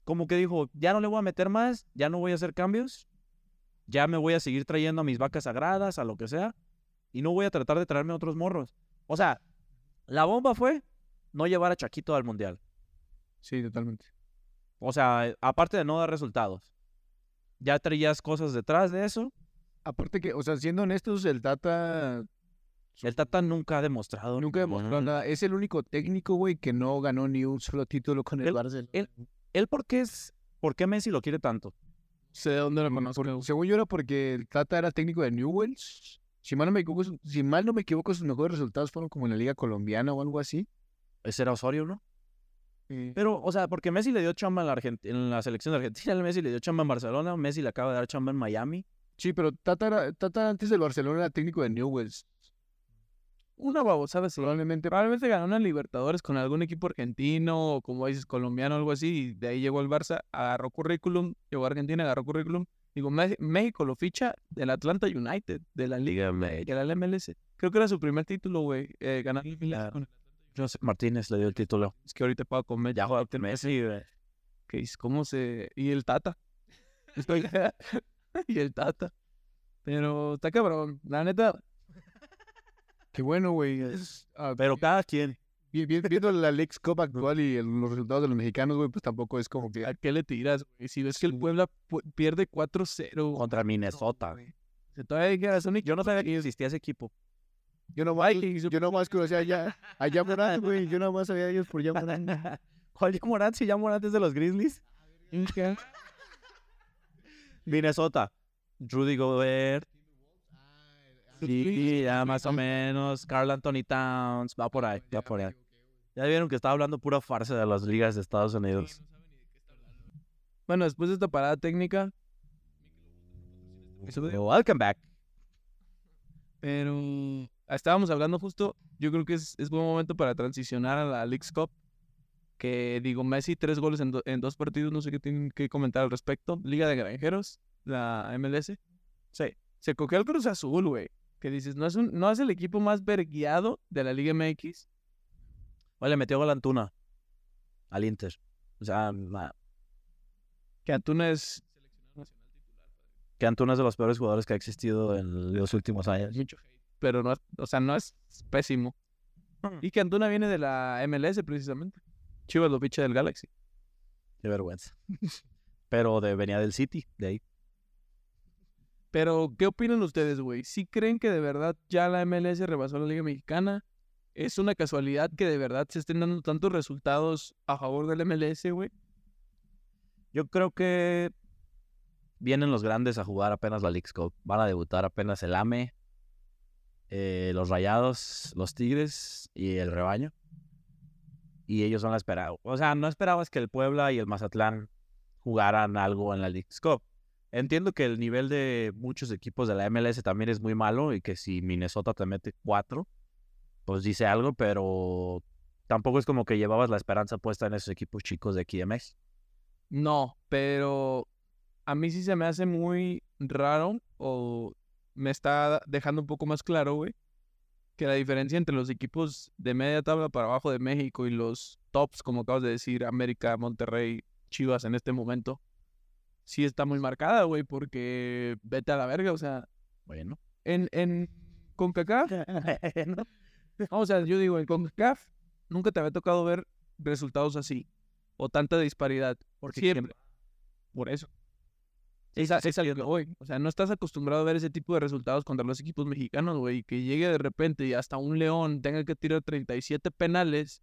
Speaker 2: Como que dijo, ya no le voy a meter más, ya no voy a hacer cambios, ya me voy a seguir trayendo a mis vacas sagradas, a lo que sea, y no voy a tratar de traerme otros morros. O sea, la bomba fue no llevar a Chaquito al mundial.
Speaker 3: sí, totalmente.
Speaker 2: O sea, eh, aparte de no dar resultados, ya traías cosas detrás de eso.
Speaker 3: Aparte que, o sea, siendo honestos, el Tata
Speaker 2: El Tata nunca ha demostrado.
Speaker 3: nunca demostró nada. Es el único técnico, güey, que no ganó ni un solo título con el
Speaker 2: Él-
Speaker 3: Barcelona.
Speaker 2: él- ¿Él por qué es.? ¿Por qué Messi lo quiere tanto?
Speaker 1: Sé de dónde lo
Speaker 3: Por-
Speaker 1: conozco.
Speaker 3: según yo era porque el Tata era técnico de Newells. Si mal, no me equivoco, su- si mal no me equivoco, sus mejores resultados fueron como en la Liga Colombiana o algo así.
Speaker 2: Ese Pues era Osorio, ¿no?
Speaker 3: Eh,
Speaker 2: Pero, o sea, porque Messi le dio chamba en la, Argen- en la selección de Argentina, Messi le dio chamba en Barcelona, Messi le acaba de dar chamba en Miami.
Speaker 3: sí, pero Tata, era- Tata antes del Barcelona era técnico de Newells.
Speaker 1: Una babosada así.
Speaker 3: Probablemente
Speaker 1: Probablemente ganó una Libertadores con algún equipo argentino o como dices, colombiano o algo así, y de ahí llegó al Barça, agarró currículum, llegó a Argentina, agarró currículum. Digo, Me- México lo ficha del Atlanta United, de la Liga, de la MLS. Creo que era su primer título, güey, eh, ganar la MLS
Speaker 2: Claro.
Speaker 1: con el-
Speaker 2: Joseph Martínez le dio el título.
Speaker 1: Es que ahorita pago comer,
Speaker 2: Ya jugó Messi, güey.
Speaker 1: ¿Qué dices? ¿Cómo se...? Y el Tata. Estoy- y el Tata. Pero está cabrón. La neta,
Speaker 3: Qué bueno, güey. Ah,
Speaker 2: Pero cada quien.
Speaker 3: vi- vi- viendo la Leagues Cup actual y el- los resultados de los mexicanos, güey, pues tampoco es como que...
Speaker 1: ¿a qué le tiras, güey? Si ves que el
Speaker 2: Sí.
Speaker 1: Puebla pu- pierde 4-0. güey.
Speaker 2: Contra Minnesota.
Speaker 1: güey. Si todavía dijeras un
Speaker 2: Yo no sabía que existía ese equipo.
Speaker 3: Yo nomás, yo nomás conocía allá, allá Morán, güey. Yo nomás sabía de ellos por allá Morán.
Speaker 2: ¿Cuál ya Morán? Si ya Morán es de los Grizzlies.
Speaker 1: equipo-
Speaker 2: Minnesota. Rudy Gobert. Sí, ya más o menos. Carl Anthony Towns. Va por ahí, va por ahí. Ya vieron que estaba hablando pura farsa de las ligas de Estados Unidos.
Speaker 1: Bueno, después de esta parada técnica,
Speaker 2: Welcome back.
Speaker 1: pero ah, estábamos hablando justo, yo creo que es, es buen momento para transicionar a la Leagues Cup, que digo, Messi tres goles en, do- en dos partidos, no sé qué tienen que comentar al respecto. Liga de Granjeros, la MLS. Sí. Se cogió al Cruz Azul, güey, que dices, no es, un, no es el equipo más vergueado de la Liga MX.
Speaker 2: Oye, le metió Galantuna al Inter. O sea, ma-
Speaker 1: Que Antuna es...
Speaker 2: que Antuna es de los peores jugadores que ha existido en los últimos años.
Speaker 1: Pero no, es- o sea, no es pésimo. Y que Antuna viene de la MLS precisamente. Chivas lo ficha del Galaxy.
Speaker 2: Qué vergüenza. Pero de- venía del City, de ahí.
Speaker 1: Pero, ¿qué opinan ustedes, güey? ¿Sí creen que de verdad ya la MLS rebasó la Liga Mexicana? ¿Es una casualidad que de verdad se estén dando tantos resultados a favor del MLS, güey?
Speaker 2: Yo creo que vienen los grandes a jugar apenas la League's Cup. Van a debutar apenas el AME, eh, los Rayados, los Tigres y el Rebaño. Y ellos son la esperada. O sea, no esperabas que el Puebla y el Mazatlán jugaran algo en la League's Cup. Entiendo que el nivel de muchos equipos de la MLS también es muy malo y que si Minnesota te mete cuatro, pues dice algo, pero tampoco es como que llevabas la esperanza puesta en esos equipos chicos de aquí de México.
Speaker 1: No, pero a mí sí se me hace muy raro o me está dejando un poco más claro, güey, que la diferencia entre los equipos de media tabla para abajo de México y los tops, como acabas de decir, América, Monterrey, Chivas en este momento, sí está muy marcada, güey, porque vete a la verga, o sea,
Speaker 2: Bueno.
Speaker 1: en, en CONCACAF, o sea, yo digo, en CONCACAF nunca te había tocado ver resultados así o tanta disparidad,
Speaker 2: Porque
Speaker 1: siempre. Por eso. Es, a- es a lo que voy. O sea, no estás acostumbrado a ver ese tipo de resultados contra los equipos mexicanos, güey. Que llegue de repente y hasta un León tenga que tirar 37 penales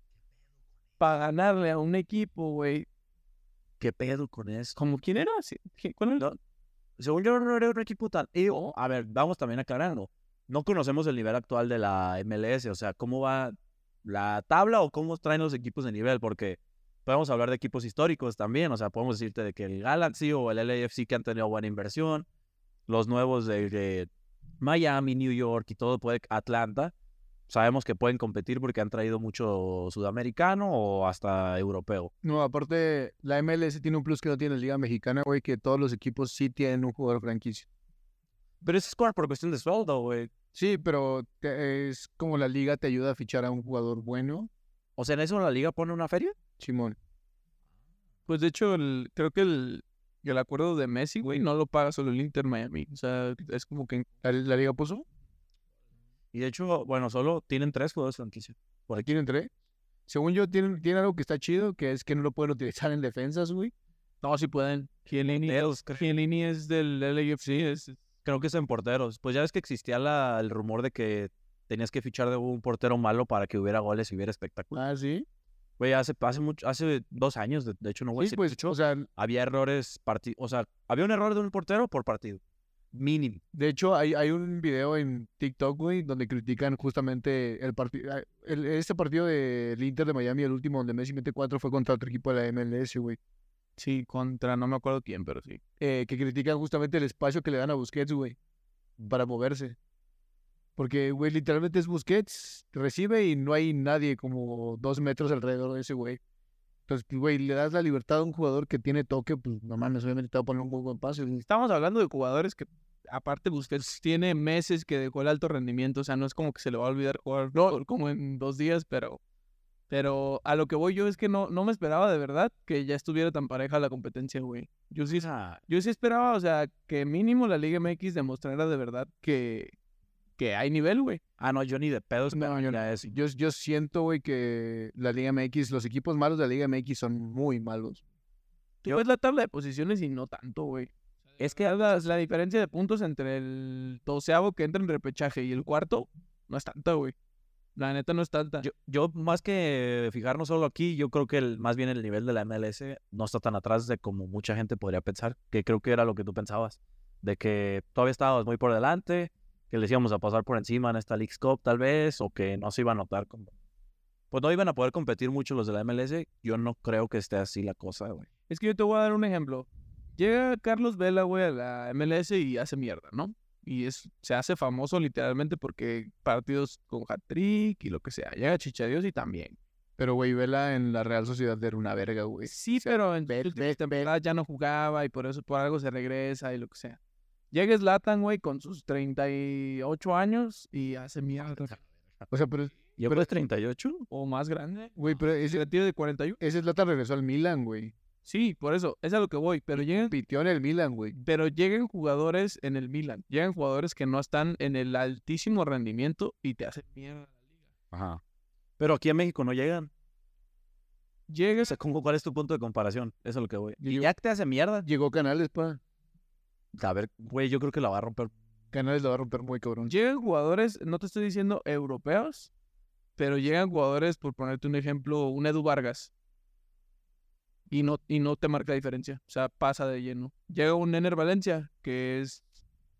Speaker 1: para ganarle a un equipo, güey.
Speaker 2: ¿Qué pedo con eso?
Speaker 1: ¿Como quién era? Sí, ¿qué- ¿Cuál era?
Speaker 2: No, Según yo, no era un equipo tan. y, oh, a ver, vamos también aclarando. No conocemos el nivel actual de la MLS. O sea, ¿cómo va la tabla o cómo traen los equipos de nivel? Porque podemos hablar de equipos históricos también. O sea, podemos decirte de que el Galaxy o el LAFC que han tenido buena inversión. Los nuevos de, de Miami, New York y todo, puede, Atlanta. Sabemos que pueden competir porque han traído mucho sudamericano o hasta europeo.
Speaker 3: No, aparte, la MLS tiene un plus que no tiene la Liga Mexicana, güey, que todos los equipos sí tienen un jugador franquicia.
Speaker 2: Pero eso es por por cuestión de sueldo, güey.
Speaker 3: Sí, pero te- es como la liga te ayuda a fichar a un jugador bueno,
Speaker 2: O sea, ¿en eso la liga pone una feria?
Speaker 3: Simón.
Speaker 1: Pues de hecho, el- creo que el, el acuerdo de Messi, güey, no lo paga solo el Inter Miami. O sea, es como que
Speaker 3: ¿La, la liga puso?
Speaker 2: Y de hecho, bueno, solo tienen tres jugadores franquicia.
Speaker 3: ¿Por aquí entré? Según yo, tienen, tienen algo que está chido, que es que no lo pueden utilizar en defensas, güey.
Speaker 1: no, si pueden. Chiellini,
Speaker 2: Porteros, creo.
Speaker 1: Chiellini es del LAFC, es,
Speaker 2: Creo que es en porteros. Pues ya ves que existía la- el rumor de que tenías que fichar de un portero malo para que hubiera goles y hubiera espectáculo.
Speaker 3: Ah, sí.
Speaker 2: Güey, hace, hace, mucho, hace dos años, de, de hecho, no voy a
Speaker 3: Sí,
Speaker 2: decir
Speaker 3: pues,
Speaker 2: mucho,
Speaker 3: o sea,
Speaker 2: había errores, parti- o sea, había un error de un portero por partido. Mínimo.
Speaker 3: de hecho, hay, hay un video en TikTok, güey, donde critican justamente el partido. Este partido del Inter de Miami, el último donde Messi mete cuatro, fue contra otro equipo de la MLS, güey.
Speaker 1: sí, contra no me acuerdo quién, pero sí.
Speaker 3: eh, que critican justamente el espacio que le dan a Busquets, güey, para moverse. Porque, güey, literalmente es Busquets, recibe y no hay nadie como dos metros alrededor de ese güey. Entonces, pues, güey, le das la libertad a un jugador que tiene toque, pues no mames, obviamente te va a poner un muy buen pase. güey.
Speaker 1: Estamos hablando de jugadores que, aparte, Busquets tiene meses que dejó el alto rendimiento. O sea, no es como que se le va a olvidar jugar fútbol como en dos días, pero. Pero a lo que voy yo es que no, no me esperaba de verdad que ya estuviera tan pareja la competencia, güey. Yo sí,
Speaker 2: Ah,
Speaker 1: yo sí esperaba, o sea, que mínimo la Liga MX demostrara de verdad que, que hay nivel, güey.
Speaker 2: ah, no, yo ni de pedos.
Speaker 3: No, yo no. este, Yo, yo siento, güey, que la Liga MX, los equipos malos de la Liga MX son muy malos.
Speaker 1: Tú ves la tabla de posiciones y no tanto, güey. Es que la, la diferencia de puntos entre el doceavo que entra en repechaje y el cuarto no es tanta, güey. La neta no es tanta.
Speaker 2: Yo, yo más que fijarnos solo aquí, yo creo que el, más bien el nivel de la MLS no está tan atrás de como mucha gente podría pensar, que creo que era lo que tú pensabas, de que todavía estábamos muy por delante, que les íbamos a pasar por encima en esta Leagues Cup tal vez, o que no se iban a notar como... Pues no iban a poder competir mucho los de la MLS, yo no creo que esté así la cosa, güey.
Speaker 1: Es que yo te voy a dar un ejemplo. Llega Carlos Vela, güey, a la MLS y hace mierda, ¿no? Y es, se hace famoso literalmente porque partidos con hat-trick y lo que sea. Llega Chichadios y también.
Speaker 3: Pero, güey, vela en la Real Sociedad era una verga, güey.
Speaker 1: Sí,
Speaker 3: O sea,
Speaker 1: pero en
Speaker 3: ve-
Speaker 1: sus últimas
Speaker 3: ve- ve-
Speaker 1: temporadas ya no jugaba y por eso por algo se regresa y lo que sea. Llega Zlatan, güey, con sus 38 años y hace mierda.
Speaker 3: O sea, pero,
Speaker 2: Yo
Speaker 3: Pero-
Speaker 2: pues 38,
Speaker 1: O más grande.
Speaker 3: güey, pero
Speaker 1: Se
Speaker 3: ese,
Speaker 1: retira de 41.
Speaker 3: ese Zlatan regresó al Milan, güey.
Speaker 1: Sí, por eso. Es a lo que voy. Pero llegan,
Speaker 3: Pitió en el Milan, güey.
Speaker 1: pero llegan jugadores en el Milan. Llegan jugadores que no están en el altísimo rendimiento y te hacen mierda.
Speaker 2: ajá. Pero aquí en México no llegan. O
Speaker 1: Llegas
Speaker 2: sea, ¿cómo- ¿cuál es tu punto de comparación? Eso es lo que voy.
Speaker 3: Yo
Speaker 2: Y
Speaker 3: digo-
Speaker 2: ya te hace mierda.
Speaker 3: Llegó Canales, pa.
Speaker 2: A ver, güey, yo creo que la va a romper.
Speaker 3: Canales la va a romper muy cabrón.
Speaker 1: llegan jugadores, no te estoy diciendo europeos, pero llegan jugadores, por ponerte un ejemplo, un Edu Vargas. Y no, y no te marca diferencia. O sea, pasa de lleno. Llega un Ener Valencia, que es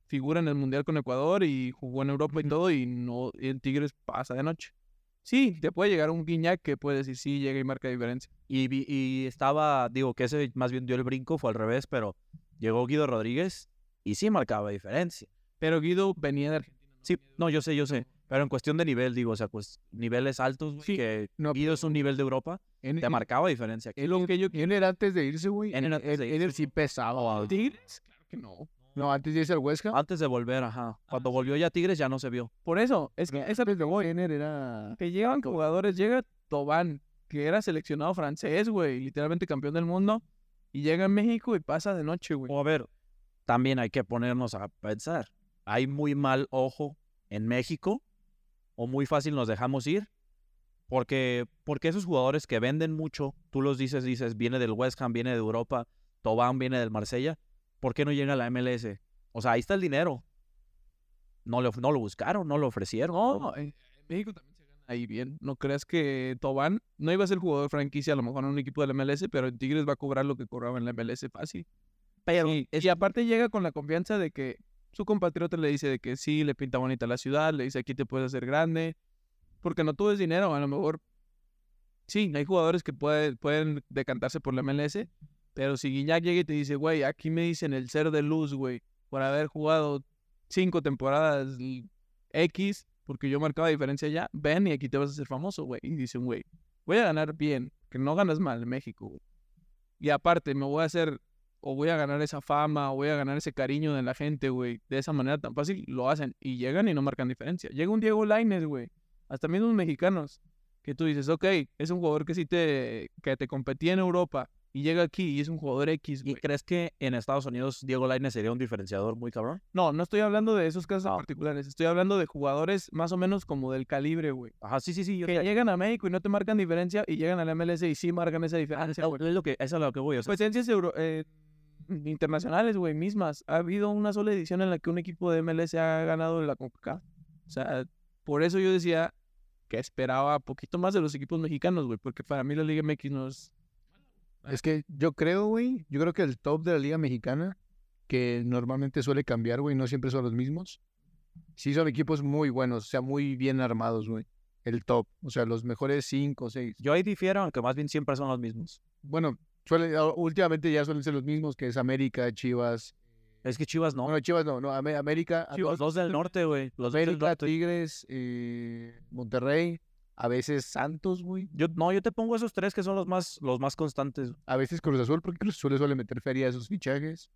Speaker 1: figura en el Mundial con Ecuador y jugó en Europa y todo, y no, y en Tigres pasa de noche. Sí, te puede llegar un Guiñac que puede decir sí, llega y marca diferencia.
Speaker 2: Y, vi- y estaba, digo, que ese más bien dio el brinco, fue al revés, pero llegó Guido Rodríguez y sí marcaba diferencia.
Speaker 1: Pero Guido venía de Argentina.
Speaker 2: Sí, no, yo sé, yo sé. Pero en cuestión de nivel, digo, o sea, pues niveles altos, güey,
Speaker 1: Sí, pues,
Speaker 2: que
Speaker 3: no,
Speaker 2: Guido es un nivel de Europa,
Speaker 3: En,
Speaker 2: te marcaba diferencia. aquí.
Speaker 1: Es lo que yo
Speaker 3: en- Ener antes de irse, güey.
Speaker 2: Ener
Speaker 3: Ener,
Speaker 2: antes de
Speaker 3: Ener
Speaker 2: irse,
Speaker 3: sí
Speaker 2: ¿no?
Speaker 3: pesaba. güey.
Speaker 1: Tigres, claro que no. Ah,
Speaker 3: No, antes de irse al Huesca.
Speaker 2: Antes de volver, ajá. Cuando volvió ya Tigres ya no se vio.
Speaker 1: Por eso, es que esa
Speaker 3: antes de Ener era...
Speaker 1: Que llegan jugadores, llega Tobán, que era seleccionado francés, güey, literalmente campeón del mundo, y llega a México y pasa de noche, güey.
Speaker 2: O a ver, también hay que ponernos a pensar. Hay muy mal ojo en México o muy fácil nos dejamos ir. Porque, porque esos jugadores que venden mucho, tú los dices, dices, viene del West Ham, viene de Europa, Tobán viene del Marsella, ¿por qué no llega a la MLS? O sea, ahí está el dinero. No, le of- no lo buscaron, no lo ofrecieron.
Speaker 1: No, en en México también se gana ahí bien. No creas que Tobán no iba a ser jugador franquicia, a lo mejor en un equipo de la MLS, pero en Tigres va a cobrar lo que cobraba en la MLS fácil.
Speaker 2: pero
Speaker 1: Y, y aparte llega con la confianza de que su compatriota le dice de que sí, le pinta bonita la ciudad, le dice aquí te puedes hacer grande, porque no tuves dinero, a lo mejor sí, hay jugadores que puede- pueden decantarse por la MLS, pero si Guiñac llega y te dice, güey, aquí me dicen el ser de luz, güey, por haber jugado cinco temporadas l- X, porque yo marcaba diferencia ya, ven y aquí te vas a hacer famoso, güey, y dicen, güey, voy a ganar bien, que no ganas mal en México, güey. Y aparte, me voy a hacer o voy a ganar esa fama, o voy a ganar ese cariño de la gente, güey. De esa manera tan fácil lo hacen y llegan y no marcan diferencia. Llega un Diego Lainez, güey. Hasta mismos mexicanos. Que tú dices, ok, es un jugador que sí te, que te competía en Europa y llega aquí y es un jugador X,
Speaker 2: ¿Y
Speaker 1: güey.
Speaker 2: crees que en Estados Unidos Diego Lainez sería un diferenciador muy cabrón?
Speaker 1: No, no estoy hablando de esos casos
Speaker 2: No.
Speaker 1: particulares. Estoy hablando de jugadores más o menos como del calibre, güey.
Speaker 2: Ajá, sí, sí, sí. yo
Speaker 1: Que
Speaker 2: sé.
Speaker 1: llegan a México y no te marcan diferencia y llegan a la MLS y sí marcan esa
Speaker 2: Ah,
Speaker 1: diferencia, güey.
Speaker 2: es lo que, eso es a lo que voy. o sea,
Speaker 1: competencias euro- eh, internacionales, güey, mismas. Ha habido una sola edición en la que un equipo de MLS ha ganado la CONCACAF. O sea, por eso yo decía que esperaba poquito más de los equipos mexicanos, güey, porque para mí la Liga MX no es...
Speaker 3: Es que yo creo, güey, yo creo que el top de la Liga Mexicana, que normalmente suele cambiar, güey, no siempre son los mismos. Sí son equipos muy buenos, o sea, muy bien armados, güey. El top, o sea, los mejores cinco o seis.
Speaker 2: Yo ahí difiero, aunque más bien siempre son los mismos.
Speaker 3: ah, Bueno, suele- a- últimamente ya suelen ser los mismos, que es América, Chivas,
Speaker 2: Es que Chivas no.
Speaker 3: Bueno, Chivas no, no, Ame- América, a
Speaker 2: Los
Speaker 3: todos-
Speaker 2: dos del norte, güey. Los dos del
Speaker 3: América,
Speaker 2: norte.
Speaker 3: Tigres, eh, Monterrey, a veces Santos, güey,
Speaker 2: Yo, no, yo te pongo esos tres que son los más, los más constantes.
Speaker 3: a veces Cruz Azul, porque Cruz Azul le suele meter feria a sus fichajes.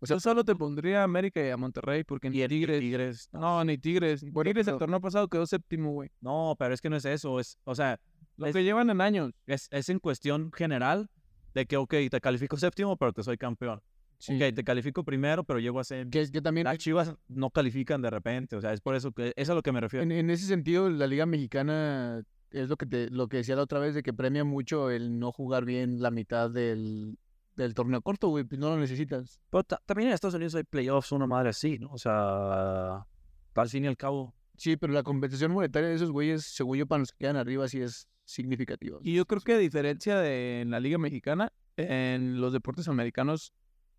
Speaker 3: O sea,
Speaker 1: Yo solo te pondría a América y a Monterrey porque ni
Speaker 2: Y el- y
Speaker 1: Tigres.
Speaker 2: Tigres.
Speaker 1: No, ni Tigres.
Speaker 3: Bueno,
Speaker 1: Tigres el
Speaker 3: pero-
Speaker 1: torneo pasado quedó séptimo, güey.
Speaker 2: No, pero es que no es eso. Es, o sea,
Speaker 1: Lo
Speaker 2: Es-
Speaker 1: que llevan en años.
Speaker 2: es, es en cuestión general de que, ok, te califico séptimo, pero te soy campeón.
Speaker 3: Sí.
Speaker 2: Ok, te califico primero, pero llego a ser...
Speaker 3: que, que también
Speaker 2: Las chivas no califican de repente, o sea, es por eso que... Eso es a lo que me refiero.
Speaker 3: en, en ese sentido la Liga Mexicana es lo que te, lo que decía la otra vez de que premia mucho el no jugar bien la mitad del, del torneo corto, güey, pues no lo necesitas.
Speaker 2: Pero ta- también en Estados Unidos hay playoffs, una madre así, ¿no? O sea, al fin y al cabo...
Speaker 3: Sí, pero la compensación monetaria de esos güeyes, según yo, para los que quedan arriba sí es significativa.
Speaker 1: Y yo creo que a diferencia de en la Liga Mexicana, en los deportes americanos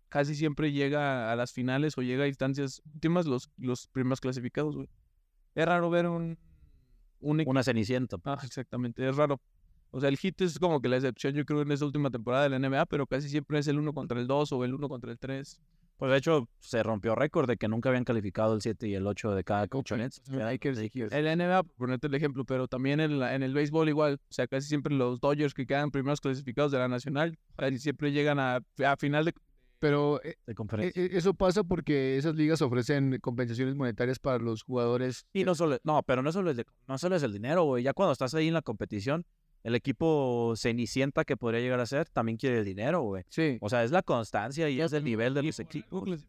Speaker 1: casi siempre llega a las finales o llega a instancias últimas los, los primeros clasificados, güey. Es raro ver un, un equipo.
Speaker 2: Una cenicienta.
Speaker 1: Ah,
Speaker 2: pues.
Speaker 1: exactamente, es raro. O sea, el hit es como que la excepción, yo creo, en esa última temporada de la NBA, pero casi siempre es el uno contra el 2 o el uno contra el 3.
Speaker 2: Pues de hecho, se rompió récord de que nunca habían calificado el 7 y el 8 de cada colchoneta.
Speaker 3: Hay que
Speaker 1: En la NBA, por ponerte el ejemplo, pero también en, la- en el béisbol igual. O sea, casi siempre los Dodgers que quedan primeros clasificados de la Nacional, casi siempre llegan a, a final de...
Speaker 3: Pero eh,
Speaker 2: de
Speaker 3: eh,
Speaker 2: conferencia.
Speaker 3: eh, eso pasa porque esas ligas ofrecen compensaciones monetarias para los jugadores.
Speaker 2: Y no solo, no, pero no solo es, de- no solo es el dinero, güey. Ya cuando estás ahí en la competición, el equipo cenicienta que podría llegar a ser también quiere el dinero, güey.
Speaker 3: Sí,
Speaker 2: O sea, es la constancia y es el nivel de los equipos.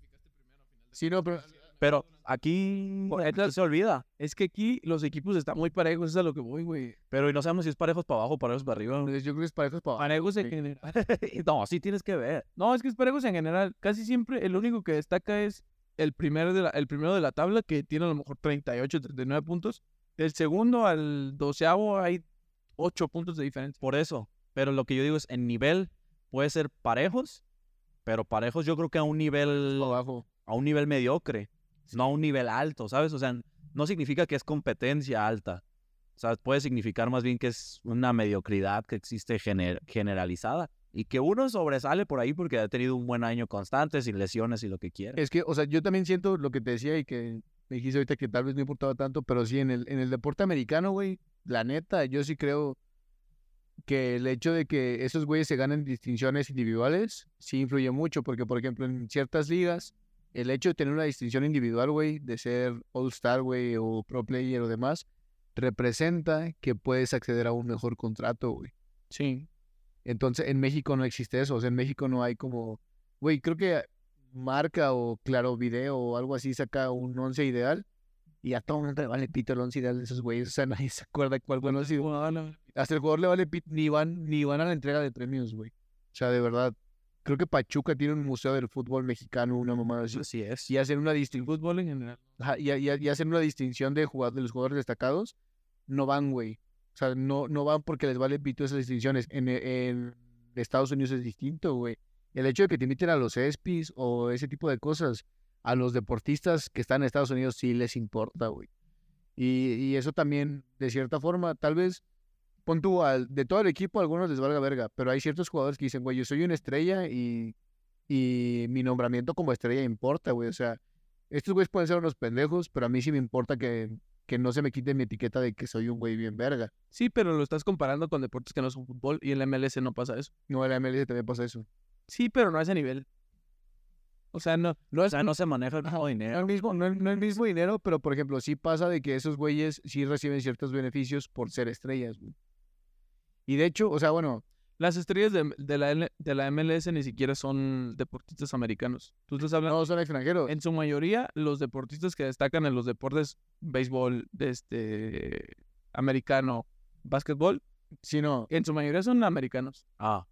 Speaker 3: sí, no, pero
Speaker 2: Pero aquí,
Speaker 1: Por-
Speaker 2: aquí se olvida.
Speaker 1: Es que aquí los equipos están muy parejos, es a lo que voy, güey.
Speaker 2: Pero y no sabemos si es parejos para abajo o parejos para arriba. güey.
Speaker 3: pues, yo creo que es parejos para abajo.
Speaker 1: Parejos en
Speaker 3: Sí.
Speaker 1: general.
Speaker 2: no, sí tienes que ver.
Speaker 1: No, es que es parejos en general. Casi siempre el único que destaca es el, primer de la- el primero de la tabla, que tiene a lo mejor 38, 39 puntos. Del segundo al doceavo hay 8 puntos de diferencia.
Speaker 2: Por eso. Pero lo que yo digo es, en nivel puede ser parejos, pero parejos yo creo que a un nivel
Speaker 3: para abajo.
Speaker 2: a un nivel mediocre, no a un nivel alto, ¿sabes? O sea, n- no significa que es competencia alta. O sea, puede significar más bien que es una mediocridad que existe gener- generalizada y que uno sobresale por ahí porque ha tenido un buen año constante, sin lesiones y lo que quiera.
Speaker 3: Es que, o sea, yo también siento lo que te decía y que me dijiste ahorita que tal vez no importaba tanto, pero sí, en el, en el deporte americano, güey, la neta, yo sí creo que el hecho de que esos güeyes se ganen distinciones individuales sí influye mucho, porque, por ejemplo, en ciertas ligas, el hecho de tener una distinción individual, güey, de ser All-Star, güey, o Pro Player o demás, representa que puedes acceder a un mejor contrato, güey.
Speaker 1: Sí.
Speaker 3: Entonces, en México no existe eso. O sea, en México no hay como, güey, creo que marca o claro video o algo así saca un once ideal y a todo mundo le vale pito el once ideal de esos güeyes. O sea, nadie se acuerda cuál fue el once ideal. Hasta el jugador le vale pito, ni van, ni van a la entrega de premios, güey. O sea, de verdad, creo que Pachuca tiene un museo del fútbol mexicano, una mamada así.
Speaker 2: Así es.
Speaker 3: Y hacen una distinción.
Speaker 1: Fútbol en general.
Speaker 3: Ajá, y, y- y hacen una distinción de, jugado- de los jugadores destacados, no van, güey. O sea, no, no van porque les vale pito esas distinciones. En, e- en Estados Unidos es distinto, güey. El hecho de que te inviten a los ESPYs o ese tipo de cosas, a los deportistas que están en Estados Unidos sí les importa, güey. Y, y eso también, de cierta forma, tal vez, pon tú, al, de todo el equipo a algunos les valga verga, pero hay ciertos jugadores que dicen, güey, yo soy una estrella y, y mi nombramiento como estrella importa, güey. O sea, estos güeyes pueden ser unos pendejos, pero a mí sí me importa que, que no se me quite mi etiqueta de que soy un güey bien verga.
Speaker 1: Sí, pero lo estás comparando con deportes que no son fútbol y en la MLS no pasa eso.
Speaker 3: No, en la MLS también pasa eso.
Speaker 1: Sí, pero no a ese nivel. O sea, no. no
Speaker 2: O sea, no se maneja el mismo
Speaker 3: No
Speaker 2: dinero.
Speaker 3: el mismo, no, el- no el mismo dinero, pero por ejemplo, sí pasa de que esos güeyes sí reciben ciertos beneficios por ser estrellas, güey. Y de hecho, o sea, bueno,
Speaker 1: Las estrellas de, de la, L- de la MLS ni siquiera son deportistas americanos. Tú estás hablando.
Speaker 3: no son extranjeros.
Speaker 1: En su mayoría, los deportistas que destacan en los deportes, béisbol, este, americano, básquetbol,
Speaker 3: Sí, no.
Speaker 1: en su mayoría son americanos.
Speaker 2: Ah,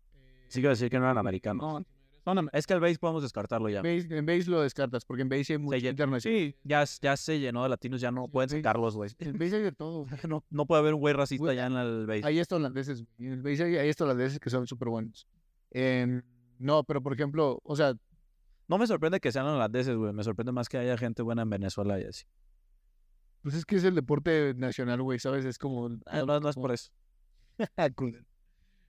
Speaker 2: sí quiero decir que no eran americanos.
Speaker 1: No, son am-
Speaker 2: Es que el base podemos descartarlo ya.
Speaker 3: En base, en base lo descartas, porque en base sí hay mucho
Speaker 2: ya-
Speaker 3: internacional.
Speaker 1: Sí,
Speaker 2: Ya, s- ya se llenó de latinos, ya no pueden
Speaker 3: base-
Speaker 2: sacarlos, güey.
Speaker 3: En base hay de todo. güey.
Speaker 2: No, no puede haber un güey racista
Speaker 3: Güey,
Speaker 2: ya en el base.
Speaker 3: Hay estos holandeses, güey. En el base hay, hay estos holandeses que son súper buenos. Em, no, pero por ejemplo, o sea,
Speaker 2: No me sorprende que sean holandeses, güey. Me sorprende más que haya gente buena en Venezuela y así.
Speaker 3: Pues es que es el deporte nacional, güey, ¿sabes? Es como...
Speaker 2: Ah, No, no es por eso.
Speaker 3: Ah, culero.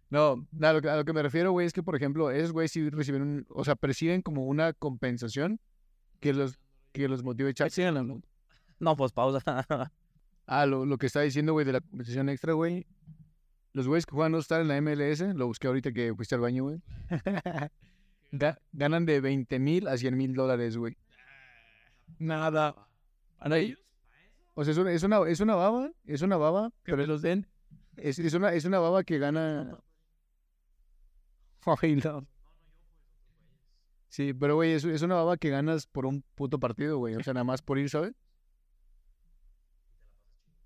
Speaker 3: No, a lo, que- a lo que me refiero, güey, es que, por ejemplo, esos güeyes sí reciben, un- o sea, perciben como una compensación que los, que los motive a echar.
Speaker 1: Sí, en la-
Speaker 2: No, pues pausa.
Speaker 3: Ah, lo, lo que está diciendo, güey, de la compensación extra, güey. Los güeyes que juegan no estar en la MLS, lo busqué ahorita que fuiste al baño, güey. ga- ganan de 20 mil a 100 mil dólares, güey.
Speaker 1: Nada. Para ellos,
Speaker 3: O sea, es una, es una, es una baba, es una baba,
Speaker 1: que me los den.
Speaker 3: es, es una, es una baba que gana... Ay, no. Sí, pero, güey, es, es una baba que ganas por un puto partido, güey. O sea, nada más por ir, ¿sabes?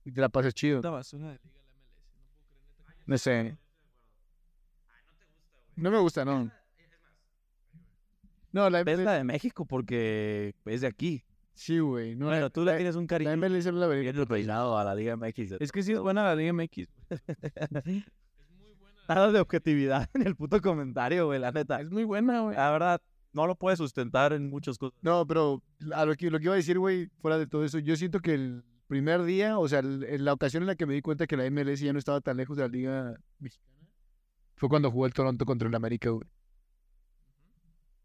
Speaker 3: Y te la pasas chido.
Speaker 1: Puta basura de liga.
Speaker 3: No sé. No me gusta, no. No, la
Speaker 2: Es
Speaker 3: MLS.
Speaker 2: la de México porque es de aquí.
Speaker 3: Sí, güey. No,
Speaker 2: Bueno,
Speaker 3: la,
Speaker 2: tú le tienes un
Speaker 3: la
Speaker 2: cariño
Speaker 3: MLS no la vería.
Speaker 2: bien peinado a la Liga MX.
Speaker 1: eh,
Speaker 2: ¿eh?
Speaker 1: Es que sí es buena la Liga MX.
Speaker 2: Nada de objetividad en el puto comentario, güey, la neta.
Speaker 1: Es muy buena, güey.
Speaker 2: La verdad, no lo puedes sustentar en muchas cosas.
Speaker 3: No, pero a lo que, lo que iba a decir, güey, fuera de todo eso, yo siento que el primer día, o sea, el- en la ocasión en la que me di cuenta que la MLS ya no estaba tan lejos de la liga mexicana, fue cuando jugó el Toronto contra el América, güey.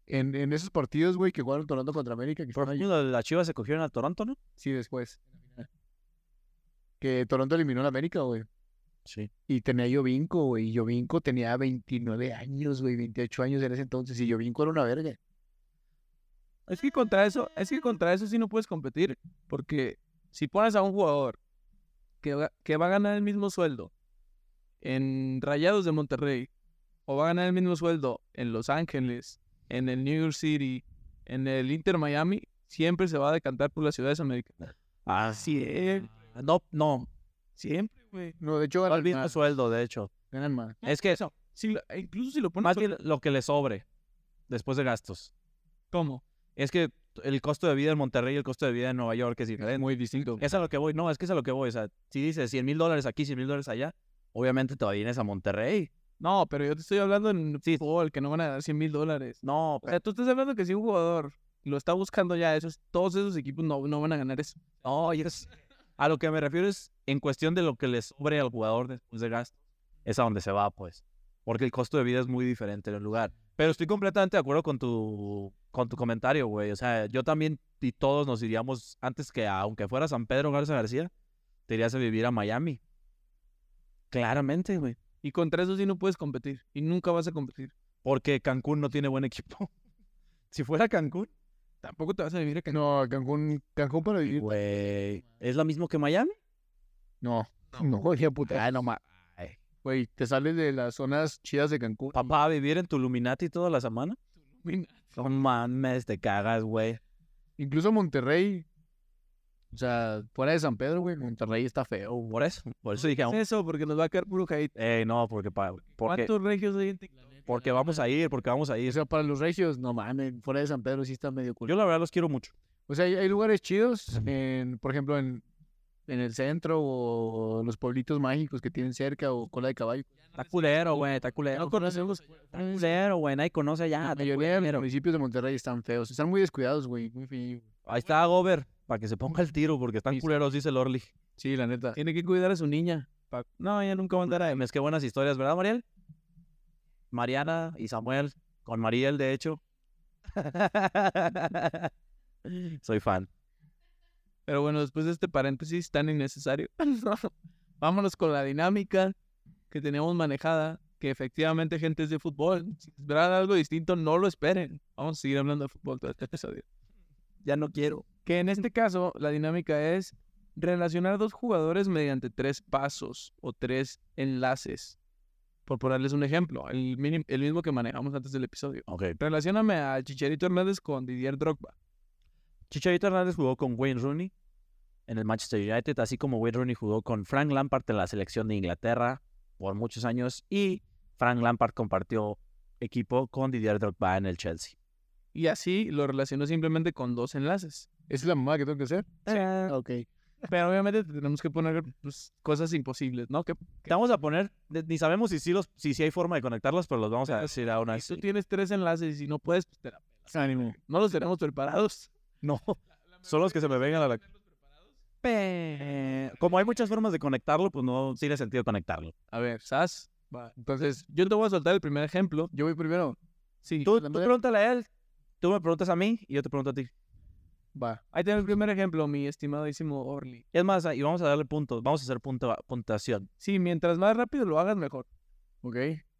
Speaker 3: En, en esos partidos, güey, que jugaron Toronto contra América, que
Speaker 2: Por
Speaker 3: estaban
Speaker 2: ejemplo, las chivas se cogieron a Toronto, ¿no?
Speaker 3: Sí, después. Que Toronto eliminó al América, güey.
Speaker 2: Sí.
Speaker 3: Y tenía Yovinco, güey. Y Yovinco tenía 29 años, güey, 28 años en ese entonces. Y Yovinco era una verga.
Speaker 1: Es que contra eso, es que contra eso sí no puedes competir. Porque si pones a un jugador que, va- que va a ganar el mismo sueldo en Rayados de Monterrey, o va a ganar el mismo sueldo en Los Ángeles, en el New York City, en el Inter Miami, siempre se va a decantar por las ciudades americanas.
Speaker 2: Así es. Ah, No, no.
Speaker 1: Siempre, güey.
Speaker 3: No, de hecho,
Speaker 2: No el
Speaker 3: ganan
Speaker 2: mismo
Speaker 3: más,
Speaker 2: sueldo, de hecho.
Speaker 3: ganan más.
Speaker 2: Es que eso,
Speaker 1: Si lo- e incluso si lo pones
Speaker 2: más
Speaker 1: por-
Speaker 2: bien lo que le sobre después de gastos.
Speaker 1: ¿Cómo?
Speaker 2: Es que el costo de vida en Monterrey y el costo de vida en Nueva York es diferente.
Speaker 3: Muy distinto.
Speaker 2: Es a lo que voy, no, es que es a lo que voy. O sea, si dices 100 mil dólares aquí, 100 mil dólares allá, obviamente te vienes a Monterrey.
Speaker 1: No, pero yo te estoy hablando en
Speaker 2: Sí.
Speaker 1: fútbol, que no van a dar 100 mil dólares.
Speaker 2: No,
Speaker 1: O sea, tú estás hablando que si un jugador lo está buscando ya, esos, todos esos equipos no, no van a ganar eso.
Speaker 2: no, y es- a lo que me refiero es en cuestión de lo que le sobre al jugador después de gasto, es a donde se va, pues. Porque el costo de vida es muy diferente en el lugar. Pero estoy completamente de acuerdo con tu, con tu comentario, güey. O sea, yo también y todos nos iríamos, antes que a- aunque fuera San Pedro Garza García, te irías a vivir a Miami. Claramente, güey.
Speaker 1: Y contra eso sí no puedes competir. Y nunca vas a competir.
Speaker 2: Porque Cancún no tiene buen equipo. si fuera Cancún,
Speaker 1: Tampoco te vas a vivir a Cancún.
Speaker 3: No, Cancún, Cancún para vivir.
Speaker 2: Güey, ¿es lo mismo que Miami?
Speaker 3: No, no, ya puta.
Speaker 2: Ah, no ma-
Speaker 3: Güey, te sales de las zonas chidas de Cancún.
Speaker 2: Papá, ¿vivir en Tuluminati toda la semana?
Speaker 1: Mira,
Speaker 2: No mames, te cagas, güey.
Speaker 3: Incluso Monterrey. O sea, fuera de San Pedro, güey, Monterrey está feo.
Speaker 2: Por eso, por eso dije,
Speaker 1: ¿qué Es eso, porque nos va a caer puro hate.
Speaker 2: eh, no, porque, pa- porque,
Speaker 1: ¿Cuántos regios hay en TikTok?
Speaker 2: porque vamos a ir, porque vamos a
Speaker 3: O
Speaker 2: ir.
Speaker 3: sea, para los regios, no mames, fuera de San Pedro sí está medio cool.
Speaker 2: Yo la verdad los quiero mucho.
Speaker 3: O sea, hay, hay lugares chidos, en, por ejemplo, en, en el centro o los pueblitos mágicos que tienen cerca o cola de caballo.
Speaker 2: Está culero, güey, está culero.
Speaker 3: No conocemos.
Speaker 2: Está culero, güey, nadie conoce allá.
Speaker 3: La
Speaker 2: está
Speaker 3: mayoría de los
Speaker 2: culero.
Speaker 3: municipios de Monterrey están feos. Están muy descuidados, güey. Muy feos.
Speaker 2: Ahí está Gober, para que se ponga el tiro, porque están
Speaker 3: Sí, sí.
Speaker 2: culeros, dice el Orly.
Speaker 3: Sí, la neta.
Speaker 1: Tiene que cuidar a su niña. pa- No, ella nunca va a andar ahí.
Speaker 2: Es que buenas historias, ¿verdad, Mariel? Mariana y Samuel, con Mariel, de hecho. Soy fan.
Speaker 1: Pero bueno, después de este paréntesis tan innecesario, vámonos con la dinámica que teníamos manejada, que efectivamente gente es de fútbol. Si esperan algo distinto, no lo esperen. Vamos a seguir hablando de fútbol todo este episodio.
Speaker 2: Ya no quiero.
Speaker 1: Que en este caso, la dinámica es relacionar dos jugadores mediante tres pasos o tres enlaces. Por ponerles un ejemplo, el, minim- el mismo que manejamos antes del episodio.
Speaker 2: Ok.
Speaker 1: Relacióname a Chicharito Hernández con Didier Drogba.
Speaker 2: Chicharito Hernández jugó con Wayne Rooney en el Manchester United, así como Wayne Rooney jugó con Frank Lampard en la selección de Inglaterra por muchos años y Frank Lampard compartió equipo con Didier Drogba en el Chelsea.
Speaker 1: Y así lo relacionó simplemente con dos enlaces.
Speaker 3: ¿Esa es la mamá que tengo que hacer?
Speaker 1: Eh,
Speaker 3: Ah, Ok.
Speaker 1: Pero obviamente tenemos que poner pues, cosas imposibles, ¿no? Que
Speaker 2: Te vamos a poner, de- ni sabemos si sí, los, si sí hay forma de conectarlos, pero los vamos a decir a una
Speaker 1: si tú tienes tres enlaces y si no puedes, pues, te la-
Speaker 3: Ánimo.
Speaker 1: no los tenemos preparados.
Speaker 2: No, son los que se me vengan a la... Pe- Como hay muchas formas de conectarlo, pues no tiene sentido conectarlo.
Speaker 1: A ver, Sas, Va.
Speaker 3: Entonces,
Speaker 1: Yo te voy a soltar el primer ejemplo.
Speaker 3: yo voy primero.
Speaker 1: Sí.
Speaker 2: Tú, tú
Speaker 3: también-
Speaker 2: pregúntale a él, tú me preguntas a mí y yo te pregunto a ti.
Speaker 3: Va.
Speaker 1: Ahí tengo el primer ejemplo, mi estimadísimo Orly.
Speaker 2: Es más, y vamos a darle puntos, vamos a hacer punta- puntuación.
Speaker 1: Sí, mientras más rápido lo hagas, mejor.
Speaker 3: ¿Ok?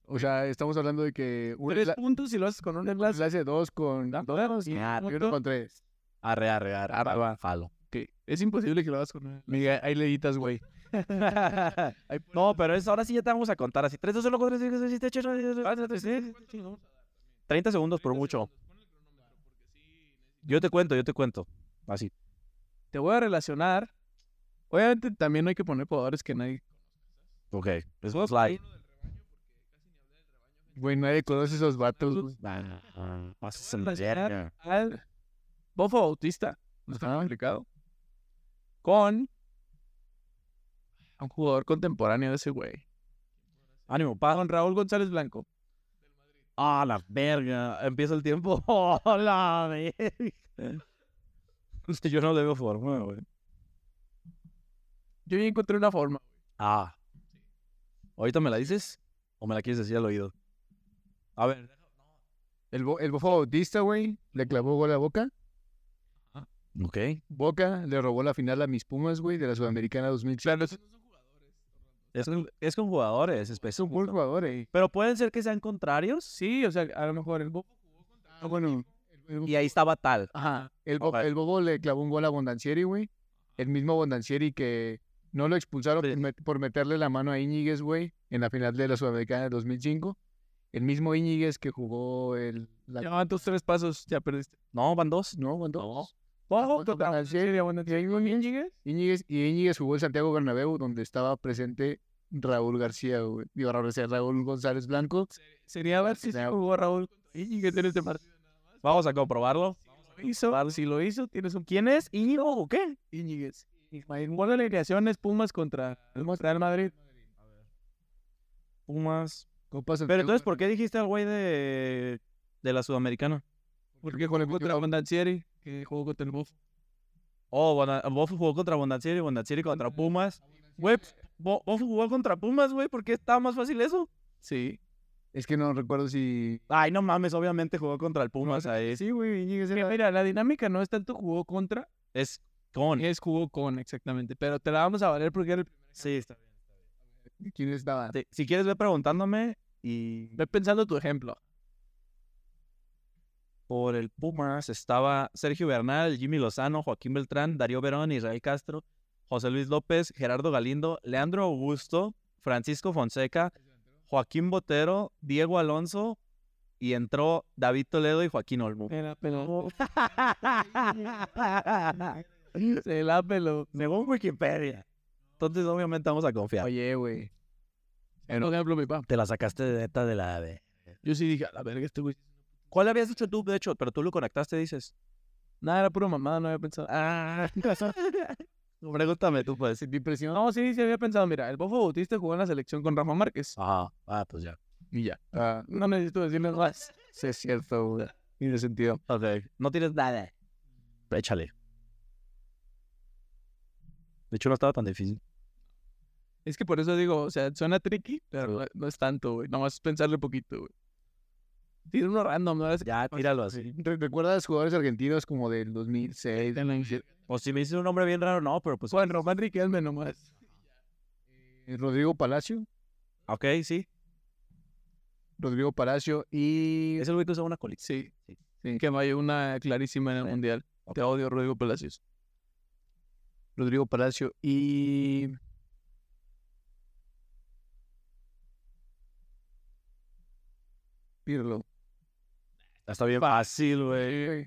Speaker 3: O sea, estamos hablando de que una
Speaker 1: Tres
Speaker 3: cla-
Speaker 1: puntos si lo haces con una clase.
Speaker 3: clase de dos con
Speaker 1: ¿Da?
Speaker 3: dos
Speaker 1: Y
Speaker 3: y
Speaker 2: Ah,
Speaker 1: un
Speaker 3: uno
Speaker 1: punto,
Speaker 3: con tres.
Speaker 2: Arre, arre, arre,
Speaker 3: Ah, va,
Speaker 2: arre,
Speaker 3: va.
Speaker 2: falo.
Speaker 1: que Es imposible que lo hagas con una
Speaker 3: Mira, ahí le editas, güey.
Speaker 2: no, pero es, ahora sí ya te vamos a contar así. 3, 2, 1, 4, 5, 6, 7, 8, 9, 10. 30 segundos por mucho. Yo te cuento, yo te cuento. Así.
Speaker 1: Te voy a relacionar. Obviamente también no hay que poner jugadores que nadie.
Speaker 2: Ok. Es
Speaker 1: Voy a
Speaker 2: un slide.
Speaker 3: Güey, nadie conoce esos vatos, güey.
Speaker 2: Ah, ah, Vas a
Speaker 1: Voy a
Speaker 2: enseñar.
Speaker 1: relacionar
Speaker 2: Eh.
Speaker 1: al Bofo Bautista. No está
Speaker 3: Ajá.
Speaker 1: complicado. Con a un jugador contemporáneo de ese güey.
Speaker 2: Ánimo, pa.
Speaker 1: Con Raúl González Blanco.
Speaker 2: Ah, la verga. Empieza el tiempo. Oh, la verga. Es que yo no le veo forma, güey.
Speaker 1: Yo ya encontré una forma.
Speaker 2: Ah. ¿Ahorita me la dices? ¿O me la quieres decir al oído? A ver.
Speaker 3: El, bo- el bofo bautista, güey, le clavó gol a Boca.
Speaker 2: Ok.
Speaker 3: Boca le robó la final a mis Pumas, güey, de la Sudamericana 2006.
Speaker 1: Claro, esos no son jugadores.
Speaker 2: Es, es con jugadores,
Speaker 3: Es un
Speaker 2: específicos.
Speaker 3: buen jugador, eh.
Speaker 2: Pero pueden ser que sean contrarios.
Speaker 1: Sí, o sea, a lo mejor el Bofo jugó contra.
Speaker 3: Ah, bueno. el- el-
Speaker 2: Y ahí estaba tal.
Speaker 3: Ajá. El, bo-
Speaker 2: Ok.
Speaker 3: el Bobo le clavó un gol a Bondancieri, güey. El mismo Bondancieri que no lo expulsaron
Speaker 2: Sí.
Speaker 3: por, met- por meterle la mano a Íñiguez, güey, en la final de la Sudamericana de 2005. El mismo Íñiguez que jugó el... la-
Speaker 1: Ya van tus tres pasos, ya perdiste.
Speaker 2: No, van dos. Ah,
Speaker 3: ¿No? ¿Cuánto?
Speaker 1: Bofo
Speaker 3: contra
Speaker 1: contra
Speaker 3: Brasil,
Speaker 1: Brasil, bueno, ¿tiene bien llegues?
Speaker 3: Íñiguez, y Íñiguez jugó en Santiago Bernabéu, donde estaba presente Raúl García, güey. Digo, Raúl García, Raúl González Blanco.
Speaker 1: Sería a ver si sí
Speaker 3: Claro.
Speaker 1: jugó Raúl contra Íñiguez en este partido.
Speaker 2: Vamos a comprobarlo.
Speaker 1: Lo hizo, si lo hizo, tienes un... ¿Quién es? ¿Íñigo o qué? Íñiguez. Ismael, Gol de la creación es Pumas contra el Real Madrid.
Speaker 2: Pumas.
Speaker 3: Copa
Speaker 2: Pero
Speaker 3: Santiago
Speaker 2: entonces, ¿por qué dijiste al güey de, de la sudamericana?
Speaker 1: Porque jugó contra Bondancieri, que jugó contra el Bofo.
Speaker 2: Oh, Bona- Bofu jugó contra Bondancieri, Bondancieri contra Pumas. Güey, Bo- Bofu jugó contra Pumas, güey, ¿por qué estaba más fácil eso?
Speaker 1: Sí.
Speaker 3: Es que no recuerdo si...
Speaker 2: Ay, no mames, obviamente jugó contra el Pumas ahí.
Speaker 1: Sí, güey, Íñiguez era... Mira, la dinámica no es tanto jugó contra,
Speaker 2: Es con.
Speaker 1: es jugó con, exactamente. Pero te la vamos a valer porque era el...
Speaker 2: Sí, está bien.
Speaker 3: ¿Quién estaba?
Speaker 2: Te- si quieres, ve preguntándome y
Speaker 1: Ve pensando tu ejemplo.
Speaker 2: por el Pumas estaba Sergio Bernal, Jimmy Lozano, Joaquín Beltrán, Darío Verón, Israel Castro, José Luis López, Gerardo Galindo, Leandro Augusto, Francisco Fonseca, Joaquín Botero, Diego Alonso y entró David Toledo y Joaquín Olmo.
Speaker 1: Era peló. Se la peló.
Speaker 2: Según Wikipedia. Entonces, obviamente, vamos a confiar.
Speaker 3: Oye, güey.
Speaker 1: Por ejemplo, mi papá.
Speaker 2: Te la sacaste de neta de la AVE.
Speaker 1: Yo sí dije, a la verga, este güey.
Speaker 2: ¿Cuál habías dicho tú, de hecho? Pero tú lo conectaste, dices.
Speaker 1: Nada, era puro mamada, no había pensado.
Speaker 2: Ah, pregúntame tú, pues.
Speaker 3: Sentí presión.
Speaker 1: No, sí, sí había pensado. Mira, el Bofo Bautista jugó en la selección con Rafa Márquez.
Speaker 2: Ajá, ah, pues ya.
Speaker 3: Y ya. Ah,
Speaker 1: No necesito decirle más.
Speaker 3: sí es cierto, güey. Tiene sentido.
Speaker 2: Ok, no tienes nada. Échale. De hecho, no estaba tan difícil.
Speaker 1: Es que por eso digo, o sea, suena tricky, pero
Speaker 2: Sí.
Speaker 1: no, no es tanto, güey. Nomás pensarle poquito, güey. Tira uno random, ¿no? Es-
Speaker 2: Ya, tíralo así.
Speaker 3: Re- ¿Recuerdas jugadores argentinos como del 2006?
Speaker 2: O si me dices un nombre bien raro, no, pero pues.
Speaker 1: Juan Román Riquelme nomás.
Speaker 3: Eh, Rodrigo Palacio.
Speaker 2: Ok, sí.
Speaker 3: Rodrigo Palacio y...
Speaker 2: Es el güey que usa una colita.
Speaker 1: Sí.
Speaker 2: Sí.
Speaker 1: Que vaya una clarísima en el
Speaker 2: Sí.
Speaker 1: Mundial. Te odio, Rodrigo Palacios.
Speaker 3: Rodrigo Palacio y... Pirlo.
Speaker 2: Ah, Está bien fácil, güey.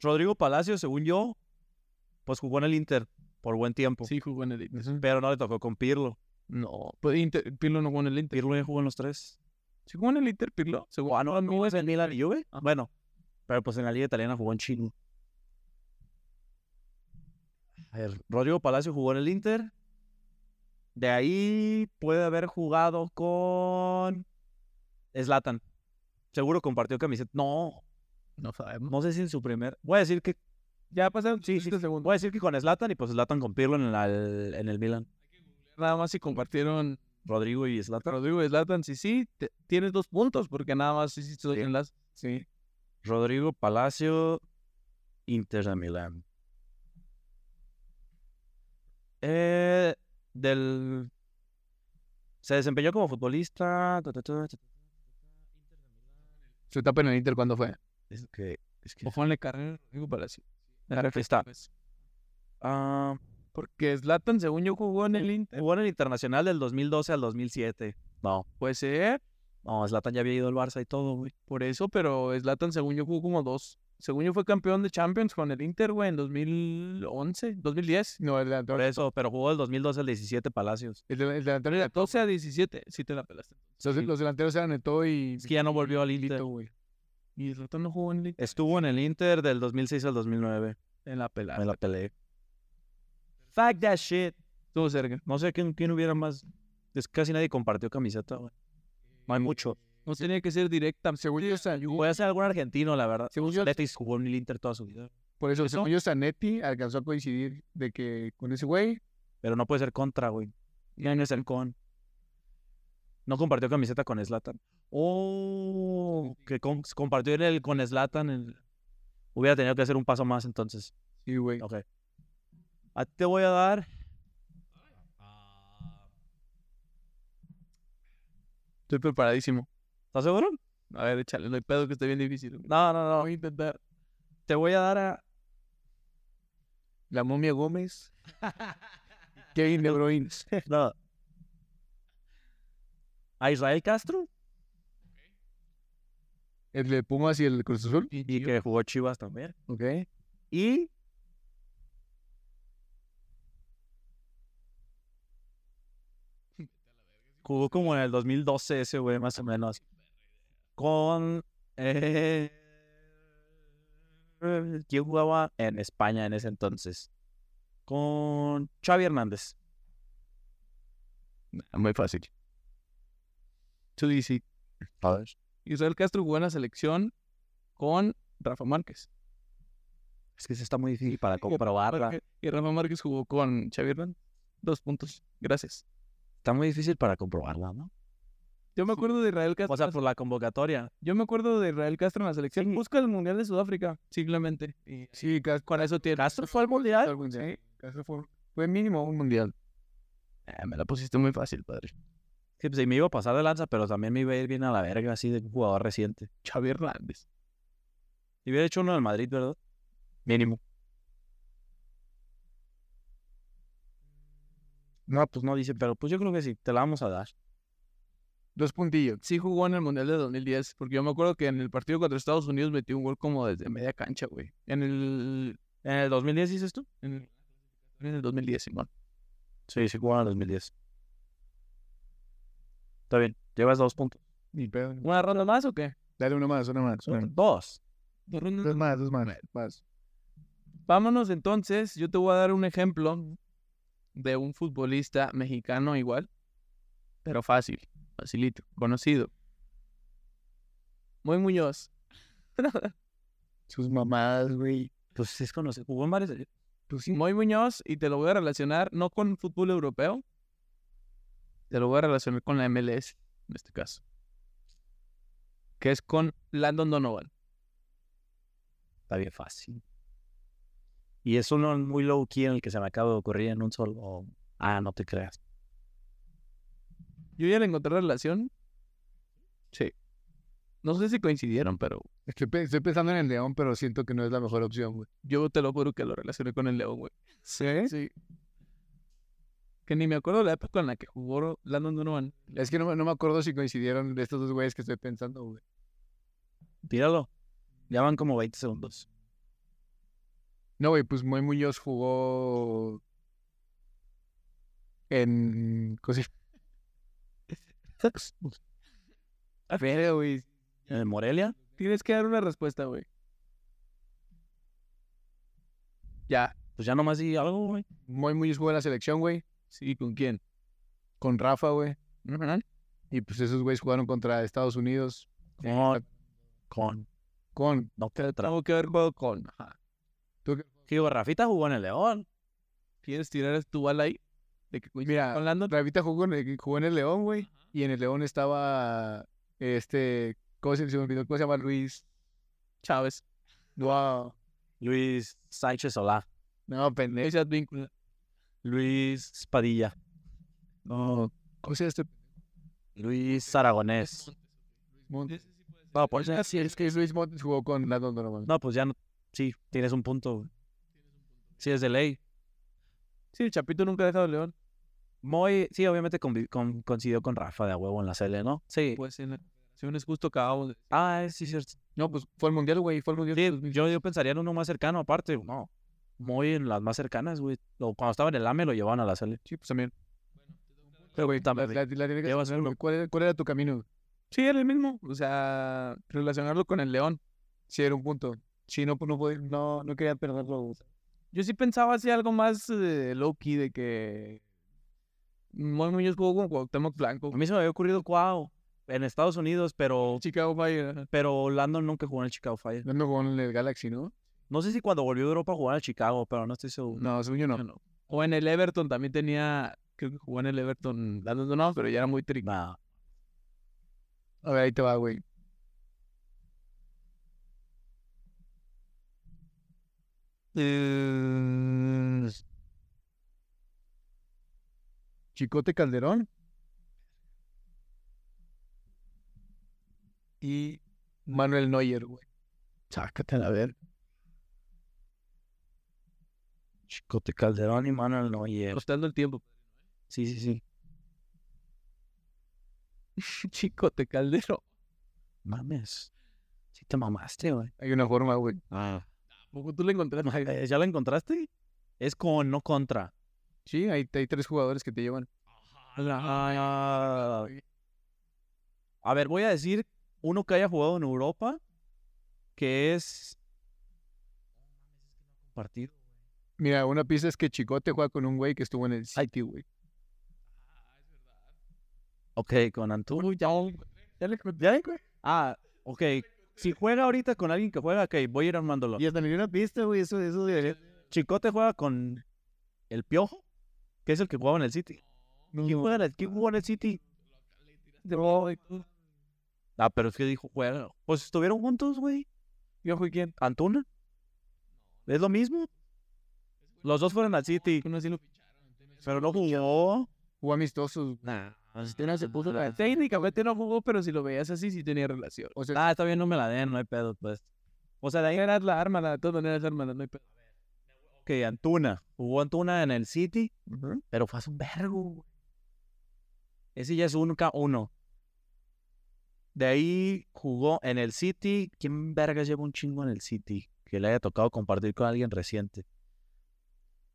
Speaker 2: Rodrigo Palacio, según yo, pues jugó en el Inter por buen tiempo.
Speaker 1: Sí, jugó en el Inter.
Speaker 2: Pero no le tocó con Pirlo.
Speaker 1: No, pues Inter- Pirlo no jugó en el Inter.
Speaker 2: Pirlo ya jugó en los tres.
Speaker 1: ¿Sí jugó en el Inter, Pirlo? Según-
Speaker 2: Ah, no, no es en Milan y Juve. Bueno, pero pues en la liga italiana jugó en Chino. A ver, Rodrigo Palacio jugó en el Inter. De ahí puede haber jugado con Zlatan. Seguro compartió camiseta. No,
Speaker 1: No sabemos.
Speaker 2: no sé si en su primer. Voy a decir que
Speaker 1: Ya pasaron este
Speaker 2: sí,
Speaker 1: 30 segundos.
Speaker 2: voy a decir que con Zlatan y pues Zlatan con Pirlo en el, en el Milan.
Speaker 1: Nada más si compartieron
Speaker 2: Rodrigo y Slatan.
Speaker 1: Rodrigo y Zlatan, sí, sí, te- tienes dos puntos porque nada más hiciste dos
Speaker 2: Sí.
Speaker 1: enlaces. Sí.
Speaker 2: Rodrigo Palacio, Inter de Milán. Eh, del... Se desempeñó como futbolista. ta, ta, ta, ta, ta.
Speaker 3: Su etapa en el Inter, ¿cuándo fue?
Speaker 2: Es que... Es que...
Speaker 1: O Juan Le Carrera, Rodrigo Palacio.
Speaker 2: Ahí está. Ah,
Speaker 1: pues. Porque Zlatan, según yo, jugó en el Inter.
Speaker 2: jugó en el Internacional del 2012 al 2007. No,
Speaker 1: Puede ser,
Speaker 2: no, Zlatan ya había ido al Barça y todo, güey.
Speaker 1: por eso, pero Zlatan, según yo, jugó como dos. Según yo, fue campeón de Champions con el Inter, güey, en 2011, 2010.
Speaker 3: No, el
Speaker 2: Por
Speaker 3: delantero,
Speaker 2: eso, pero jugó del 2012 al 17 Palacios.
Speaker 3: el del- el delantero
Speaker 1: De
Speaker 3: era-
Speaker 1: 14 a 17, sí te la pelaste.
Speaker 3: los, los delanteros eran Eto'o y
Speaker 2: Es que ya no volvió al Inter.
Speaker 3: Lito, güey.
Speaker 1: Y Zlatan no jugó en el Inter.
Speaker 2: Estuvo en el Inter del 2006 al 2009.
Speaker 1: En la pelada.
Speaker 2: Me la peleé. Fuck that shit.
Speaker 1: Estuvo cerca.
Speaker 2: No sé quién, quién hubiera más. Es que casi nadie compartió camiseta, güey. No hay mucho.
Speaker 1: No tenía que ser directa.
Speaker 3: Según yo, San-
Speaker 2: Puede ser algún argentino, la verdad.
Speaker 3: según yo-
Speaker 2: Letis jugó en el Inter toda su vida.
Speaker 3: por eso,
Speaker 1: ¿Eso?
Speaker 3: según yo, Zanetti alcanzó a coincidir de que con ese güey,
Speaker 2: Pero no puede ser contra, güey. Ya no es el con. No compartió camiseta con Slatan. Oh, que com- compartió el con Slatan. Hubiera tenido que hacer un paso más entonces.
Speaker 3: sí, güey.
Speaker 2: Ok. A ti te voy a dar.
Speaker 1: Estoy preparadísimo.
Speaker 2: ¿Estás seguro?
Speaker 1: A ver, échale, no hay pedo que esté bien difícil. güey.
Speaker 2: No, no, no.
Speaker 1: Voy a intentar.
Speaker 2: Te voy a dar a.
Speaker 3: La momia Gómez. Kevin De Bruyne.
Speaker 2: No. A Israel Castro.
Speaker 3: El de Pumas y el Cruz Azul.
Speaker 2: Y que jugó Chivas también.
Speaker 3: Ok.
Speaker 2: Y. Jugó como en el 2012 ese, güey, más o menos. Con. eh, eh, ¿Quién jugaba en España en ese entonces? Con Xavi Hernández.
Speaker 1: Ah, Muy fácil. Too easy.
Speaker 2: A ver.
Speaker 1: Israel Castro jugó en la selección con Rafa Márquez.
Speaker 2: Es que se está muy difícil para
Speaker 1: porque-
Speaker 2: comprobarla.
Speaker 1: Y Rafa Márquez jugó con Xavi Hernández. Dos puntos. Gracias.
Speaker 2: Está muy difícil para comprobarla, ¿no?
Speaker 1: Yo me acuerdo de Israel Castro.
Speaker 2: O sea, por la convocatoria.
Speaker 1: yo me acuerdo de Israel Castro en la selección.
Speaker 2: Sí.
Speaker 1: Busca el Mundial de Sudáfrica, simplemente. Y
Speaker 3: Sí, Cas-
Speaker 1: con eso tiene.
Speaker 2: ¿Castro fue al mundial?
Speaker 3: algún día. Castro fue, fue mínimo un mundial.
Speaker 1: Ah, me la pusiste muy fácil, padre.
Speaker 2: Sí, pues, y me iba a pasar de lanza, pero también me iba a ir bien a la verga, así de un jugador reciente.
Speaker 1: Xavi Hernández.
Speaker 2: Y hubiera hecho uno del Madrid, ¿verdad? Mínimo. No, pues no dice, pero pues yo creo que sí, te la vamos a dar.
Speaker 3: Dos puntillos.
Speaker 1: Sí jugó en el Mundial de 2010, porque yo me acuerdo que en el partido contra Estados Unidos metió un gol como desde media cancha, güey. En el,
Speaker 2: ¿En el 2010 dices tú?
Speaker 1: en el, en el 2010, Simón.
Speaker 2: Sí, sí, jugó en el 2010. Está bien, llevas dos puntos.
Speaker 3: Ni pedo.
Speaker 1: ¿Una ronda más o qué?
Speaker 3: Dale uno más, uno más. uno más.
Speaker 2: Dos.
Speaker 1: Dos rondas
Speaker 3: Dos más, dos más. más.
Speaker 1: Vámonos entonces, yo te voy a dar un ejemplo de un futbolista mexicano igual, pero fácil, facilito, conocido. Muy Muñoz.
Speaker 3: Sus mamadas, güey.
Speaker 2: Pues es conocido, jugó en varios.
Speaker 3: Pues sí.
Speaker 1: Muy Muñoz, y te lo voy a relacionar no con fútbol europeo, te lo voy a relacionar con la MLS, en este caso, que es con Landon Donovan.
Speaker 2: Está bien fácil. Y es uno muy low key en el que se me acaba de ocurrir en un solo. Ah, no te creas.
Speaker 1: Yo ya le encontré relación. Sí. No sé si coincidieron, pero
Speaker 3: Estoy, pe- estoy pensando en el León, pero siento que no es la mejor opción, güey.
Speaker 1: yo te lo juro que lo relacioné con el León, güey.
Speaker 3: ¿Sí?
Speaker 1: Sí. Que ni me acuerdo la época en la que jugó Landon Donovan.
Speaker 3: Es que no, me- no me acuerdo si coincidieron de estos dos güeyes que estoy pensando, güey.
Speaker 2: Tíralo. Ya van como 20 segundos.
Speaker 3: No, güey, pues Moy Muñoz jugó en... ¿Cómo se llama? Pero, güey.
Speaker 2: ¿En Morelia?
Speaker 1: Tienes que dar una respuesta, güey. Ya.
Speaker 2: Pues ya nomás di algo, güey.
Speaker 3: Moy Muñoz jugó en la selección, güey.
Speaker 1: Sí, ¿con quién?
Speaker 3: Con Rafa, güey.
Speaker 1: Ujú.
Speaker 3: Y pues esos güeyes jugaron contra Estados Unidos.
Speaker 2: Con. Con.
Speaker 3: Con...
Speaker 2: No te trajo.
Speaker 1: Tengo que haber jugado con. Ajá.
Speaker 2: Digo, Rafita jugó en el León.
Speaker 1: ¿Quieres tirar tu bala ahí? de que coincide
Speaker 3: Mira,
Speaker 1: con Landon.
Speaker 3: Ravita jugó en el, jugó en el León, güey. Y en el León estaba este. ¿Cómo se, se me olvidó? ¿Cómo se llama? Luis.
Speaker 1: Chávez.
Speaker 3: Wow.
Speaker 2: Luis Sánchez Solá.
Speaker 3: No, pendejo.
Speaker 1: Ese Advíncula.
Speaker 2: Luis Padilla.
Speaker 3: No. ¿Cómo se llama este?
Speaker 2: Luis Aragonés.
Speaker 3: Montes.
Speaker 2: No, pues ya,
Speaker 3: Sí, es que Luis Montes jugó con Landon Donovan.
Speaker 2: no, pues ya no. Sí, tienes un punto. güey. Sí, es de ley.
Speaker 1: Sí, el Chapito nunca ha dejado el León.
Speaker 2: Moy, sí, obviamente convi- con- coincidió con Rafa de a huevo en la CL, ¿no? Sí.
Speaker 1: Pues en la Confederación es justo acabamos de
Speaker 2: Ah, sí, cierto.
Speaker 3: No, pues fue el mundial, güey. Fue el mundial.
Speaker 2: Sí, yo, yo pensaría en uno más cercano, aparte, no. Muy en las más cercanas, güey. O Cuando estaba en el AME lo llevaban a la CL.
Speaker 3: Sí, pues también.
Speaker 2: Pero, güey,
Speaker 3: La,
Speaker 2: también.
Speaker 3: la- la tiene que
Speaker 2: Llevas
Speaker 3: hacer,
Speaker 2: uno.
Speaker 3: güey. ¿Cuál, era- ¿Cuál era tu camino?
Speaker 1: Sí, era el mismo. O sea, relacionarlo con el León.
Speaker 3: Sí, era un punto. Sí, no, pues, no, podía- no, no quería perderlo. güey.
Speaker 1: Yo sí pensaba así algo más eh, low-key de que... Moy Muñoz jugó con Cuauhtémoc Blanco.
Speaker 2: A mí se me había ocurrido Cuau en Estados Unidos, pero,
Speaker 1: Chicago Fire. ajá.
Speaker 2: pero Landon nunca jugó en el Chicago Fire.
Speaker 3: Landon jugó en el Galaxy, ¿no?
Speaker 2: No sé si cuando volvió a Europa jugó en el Chicago, pero no estoy seguro.
Speaker 3: No, según yo no.
Speaker 1: O en el Everton también tenía... Creo que jugó en el Everton dando donados, pero ya era muy tricky.
Speaker 2: Mm, Nah.
Speaker 3: A ver, ahí te va, güey. Eh, Chicote Calderón. Y Manuel Neuer, güey.
Speaker 2: Sácatela, a ver. Chicote Calderón y Manuel Neuer.
Speaker 1: Costando el tiempo.
Speaker 2: Sí, sí, sí.
Speaker 1: Chicote Caldero.
Speaker 2: Mames. Sí te mamaste, güey.
Speaker 3: Hay una forma, güey.
Speaker 2: Ah.
Speaker 1: Poco tú le encontraste.
Speaker 2: ¿Ya la encontraste? Es con, no contra.
Speaker 3: Sí, hay, hay tres jugadores que te llevan.
Speaker 2: Ah. A ver, voy a decir uno que haya jugado en Europa, que es... Partido.
Speaker 3: Mira, una pista es que Chicote juega con un güey que estuvo en el City, güey.
Speaker 2: Ok, con Antuna.
Speaker 1: Uy, ya, ya le encontré.
Speaker 2: ¿Ya güey? Ah, ok. Si juega ahorita con alguien que juega, ok, voy a ir armándolo.
Speaker 3: Y hasta ni una pista, güey. Eso, eso debería.
Speaker 2: Chicote juega con el Piojo, que es el que jugaba en el City. ¿Quién juega en el, quién jugó en el City?
Speaker 1: No, y tú.
Speaker 2: Ah, pero es que dijo juega. Pues estuvieron juntos, güey.
Speaker 1: Yo fui quien.
Speaker 2: Antuna. Es lo mismo. Los dos fueron al City,
Speaker 1: Uno así lo
Speaker 2: pero no jugó.
Speaker 3: Jugó amistosos. güey.
Speaker 2: Nah.
Speaker 3: Este
Speaker 1: Técnicamente no jugó, pero si lo veías así, sí tenía relación.
Speaker 3: O sea,
Speaker 2: Ah, está bien, no me la den, no hay pedo, pues. O sea, de ahí
Speaker 1: Era la arma, la, de todas maneras, arma, no hay pedo.
Speaker 2: que Antuna. Jugó Antuna en el City, pero fue hace un vergo. güey. Ese ya es un K1. De ahí jugó en el City. ¿Quién vergas lleva un chingo en el City? Que le haya tocado compartir con alguien reciente.